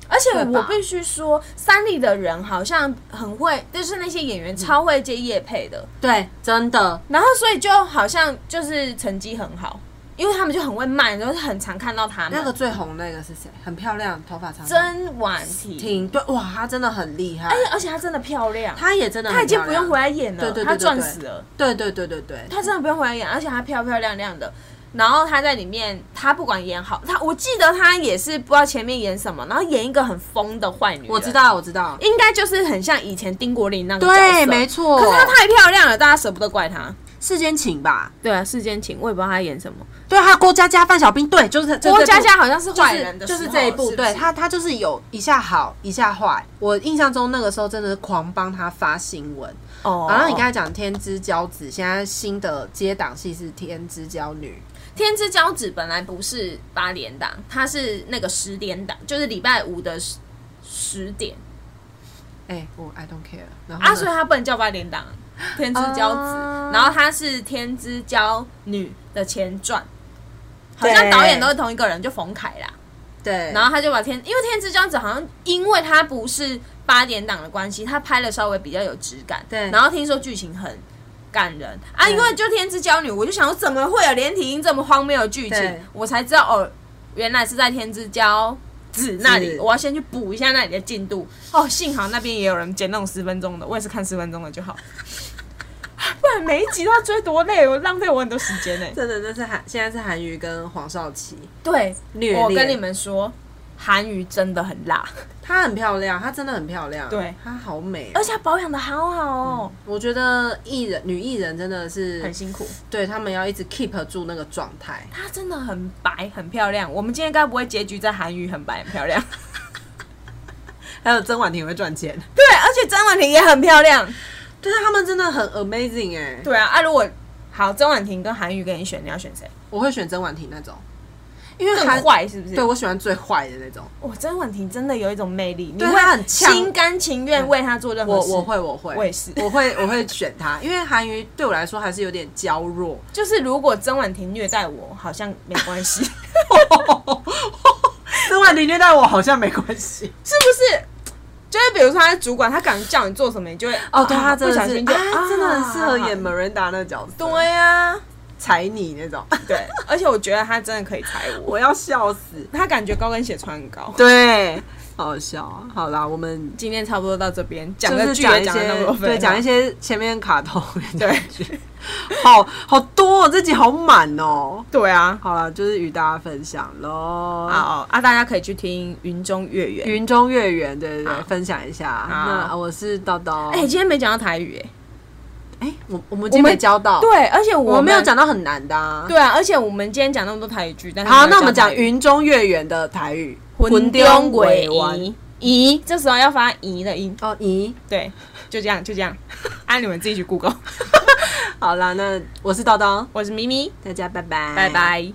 [SPEAKER 2] 而且
[SPEAKER 1] 对吧
[SPEAKER 2] 我必须说，三立的人好像很会，就是那些
[SPEAKER 1] 嗯
[SPEAKER 2] 演员超会接夜配的，
[SPEAKER 1] 对，真的
[SPEAKER 2] 然后所以就好像就是成绩很好，因为他们就很会卖，然后很常看到他们。
[SPEAKER 1] 那个最红那个是谁？很漂亮，头发长长，
[SPEAKER 2] 甄婉婷，
[SPEAKER 1] 挺对哇，她真的很厉害
[SPEAKER 2] 而，且而且她真的漂亮，
[SPEAKER 1] 她也真的
[SPEAKER 2] 哎她
[SPEAKER 1] 很
[SPEAKER 2] 已经
[SPEAKER 1] 漂
[SPEAKER 2] 不
[SPEAKER 1] 亮
[SPEAKER 2] 用回来演了，
[SPEAKER 1] 对对对
[SPEAKER 2] 她
[SPEAKER 1] 对
[SPEAKER 2] 赚
[SPEAKER 1] 对
[SPEAKER 2] 死了，
[SPEAKER 1] 对对对对对，
[SPEAKER 2] 她真的不用回来演，而且她漂漂亮亮的。然后她在里面，她不管演好，她我记得她也是不知道前面演什么，然后演一个很疯的坏女人，
[SPEAKER 1] 我知道我知道，
[SPEAKER 2] 应该就是很像以前丁国林那个角色
[SPEAKER 1] 对，没。错，
[SPEAKER 2] 可是她太漂亮了，大家舍不得怪她。
[SPEAKER 1] 世间情吧？
[SPEAKER 2] 对啊，世间情，我也不知道她演什么。
[SPEAKER 1] 对，还有郭佳佳、范小兵，对，就是
[SPEAKER 2] 郭佳佳。好像是
[SPEAKER 1] 就
[SPEAKER 2] 坏
[SPEAKER 1] 是
[SPEAKER 2] 人的时
[SPEAKER 1] 就
[SPEAKER 2] 候，
[SPEAKER 1] 是这一部，
[SPEAKER 2] 是不是
[SPEAKER 1] 对她她就是有一下好一下坏。我印象中那个时候真的是狂帮她发新闻。
[SPEAKER 2] 哦。
[SPEAKER 1] 然后你刚才讲《天之骄子》，现在新的接档戏是《天之骄女
[SPEAKER 2] 天之骄子》本来不是八点档，它是那个十点档，就是礼拜五的十十点》。
[SPEAKER 1] 哎，我 I don't care。然后
[SPEAKER 2] 啊，
[SPEAKER 1] 呢
[SPEAKER 2] 所以它不能叫八点档，《天之骄子》
[SPEAKER 1] 啊
[SPEAKER 2] 然后它是《天之骄女》的前传，好
[SPEAKER 1] 对
[SPEAKER 2] 像导演都是同一个人，就冯凯啦。
[SPEAKER 1] 对，
[SPEAKER 2] 然后他就把天，因为《天之骄子》好像因为它不是八点档的关系，他拍的稍微比较有质感。
[SPEAKER 1] 对
[SPEAKER 2] 然后听说剧情很感人啊，
[SPEAKER 1] 对
[SPEAKER 2] 因为就《天之骄女》，我就想说怎么会有连体婴这么荒谬的剧情
[SPEAKER 1] 对？
[SPEAKER 2] 我才知道哦，原来是在《天之骄子》那里，
[SPEAKER 1] 是
[SPEAKER 2] 我要先去补一下那里的进度。哦，幸好那边也有人剪那种十分钟的，我也是看十分钟的就好。 不然每一集都要追多累，我浪费我很多时间呢、欸
[SPEAKER 1] 真的，那是韩，现在是韩娱跟黄少祺
[SPEAKER 2] 对，
[SPEAKER 1] 虐
[SPEAKER 2] 我跟
[SPEAKER 1] 恋
[SPEAKER 2] 你们说，韩娱真的很辣，
[SPEAKER 7] 她很漂亮，她真的很漂亮，
[SPEAKER 2] 对
[SPEAKER 7] 她好美哦、
[SPEAKER 2] 而且她保养的好好哦，
[SPEAKER 7] 我觉得艺人女艺人真的是
[SPEAKER 2] 嗯很辛苦。
[SPEAKER 7] 对他们要一直 keep 住那个状态。
[SPEAKER 2] 她真的很白，很漂亮。我们今天该不会结局在韩语很白很漂 亮？
[SPEAKER 1] 还有曾婉婷会赚钱，
[SPEAKER 2] 对，而且张婉婷也很漂亮。
[SPEAKER 7] 对啊，他们真的很 amazing 哎、
[SPEAKER 2] 对啊，啊，如果好，曾婉婷跟韩语给你选，你要选谁？
[SPEAKER 7] 我会选曾婉婷那种，因为
[SPEAKER 2] 更
[SPEAKER 7] 韩
[SPEAKER 2] 坏是不是？
[SPEAKER 7] 对我喜欢最坏的那种。
[SPEAKER 2] 哇，曾婉婷真的有一种魅力，你
[SPEAKER 7] 对她
[SPEAKER 2] 会
[SPEAKER 7] 很呛
[SPEAKER 2] 心甘情愿为她做任何
[SPEAKER 7] 我
[SPEAKER 2] 事。
[SPEAKER 7] 我，会我会
[SPEAKER 2] 我也是
[SPEAKER 7] 我会我会选他，因为韩娱对我来说还是有点娇 弱。
[SPEAKER 2] 就是如果曾婉婷虐待我，好像没关系， 是
[SPEAKER 1] 曾婉婷虐待我好像没关系。
[SPEAKER 2] 不是？就是比如说，他是主管，他敢叫你做什么，你就会
[SPEAKER 7] 哦，对他
[SPEAKER 2] 啊
[SPEAKER 7] 真
[SPEAKER 2] 不
[SPEAKER 7] 的
[SPEAKER 2] 小
[SPEAKER 7] 是
[SPEAKER 2] 心就
[SPEAKER 1] 啊，真的很适合演
[SPEAKER 2] 门。
[SPEAKER 1] Miranda 那角色，
[SPEAKER 2] 对啊呀，
[SPEAKER 1] 踩你那种，
[SPEAKER 2] 对，而且我觉得他真的可以踩我，
[SPEAKER 1] 我要笑死。
[SPEAKER 2] 他感觉高跟鞋穿很高。
[SPEAKER 1] 对，好好笑啊！好啦，我们
[SPEAKER 2] 今天差不多到这边，讲
[SPEAKER 1] 就
[SPEAKER 2] 的
[SPEAKER 1] 是
[SPEAKER 2] 剧
[SPEAKER 1] 讲
[SPEAKER 2] 也
[SPEAKER 1] 一
[SPEAKER 2] 讲了那么
[SPEAKER 1] 些
[SPEAKER 2] 多，分
[SPEAKER 1] 对，
[SPEAKER 2] 了
[SPEAKER 1] 讲一些前面卡通的
[SPEAKER 2] 对
[SPEAKER 1] 感觉， 好好多、哦，这集好满哦。
[SPEAKER 2] 对啊，
[SPEAKER 1] 好了，就是与大家分享喽。
[SPEAKER 2] 好啊，大家可以去听《云中月圆》。
[SPEAKER 1] 云中月圆，对对对
[SPEAKER 2] 好，
[SPEAKER 1] 分享一下。
[SPEAKER 2] 好
[SPEAKER 1] 那呃我是叨叨，
[SPEAKER 2] 哎，
[SPEAKER 1] 哎、
[SPEAKER 2] 今天没讲到台语哎，
[SPEAKER 1] 我我们
[SPEAKER 7] 我
[SPEAKER 1] 今天
[SPEAKER 7] 没
[SPEAKER 1] 没教到，
[SPEAKER 2] 对，而且
[SPEAKER 7] 我
[SPEAKER 2] 我
[SPEAKER 7] 没有
[SPEAKER 2] 们
[SPEAKER 7] 讲到很难的、啊。
[SPEAKER 2] 对啊，而且我们今天讲那么多台语剧，但是
[SPEAKER 1] 好，
[SPEAKER 2] 没有
[SPEAKER 1] 那我们讲
[SPEAKER 2] 台
[SPEAKER 1] 《
[SPEAKER 2] 语
[SPEAKER 1] 云中月圆》的台语
[SPEAKER 2] 魂
[SPEAKER 1] 中
[SPEAKER 2] 丢鬼移移，这时候要发移的音，
[SPEAKER 1] 哦，咦，
[SPEAKER 2] 对，就这样就这样，啊，你们自己去 Google。
[SPEAKER 1] 好啦，那我是叨叨，
[SPEAKER 2] 我是咪咪，
[SPEAKER 1] 大家拜拜，
[SPEAKER 2] 拜。拜。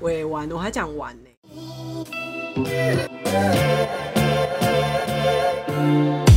[SPEAKER 1] 尾完，我还讲完呢、
[SPEAKER 8] 「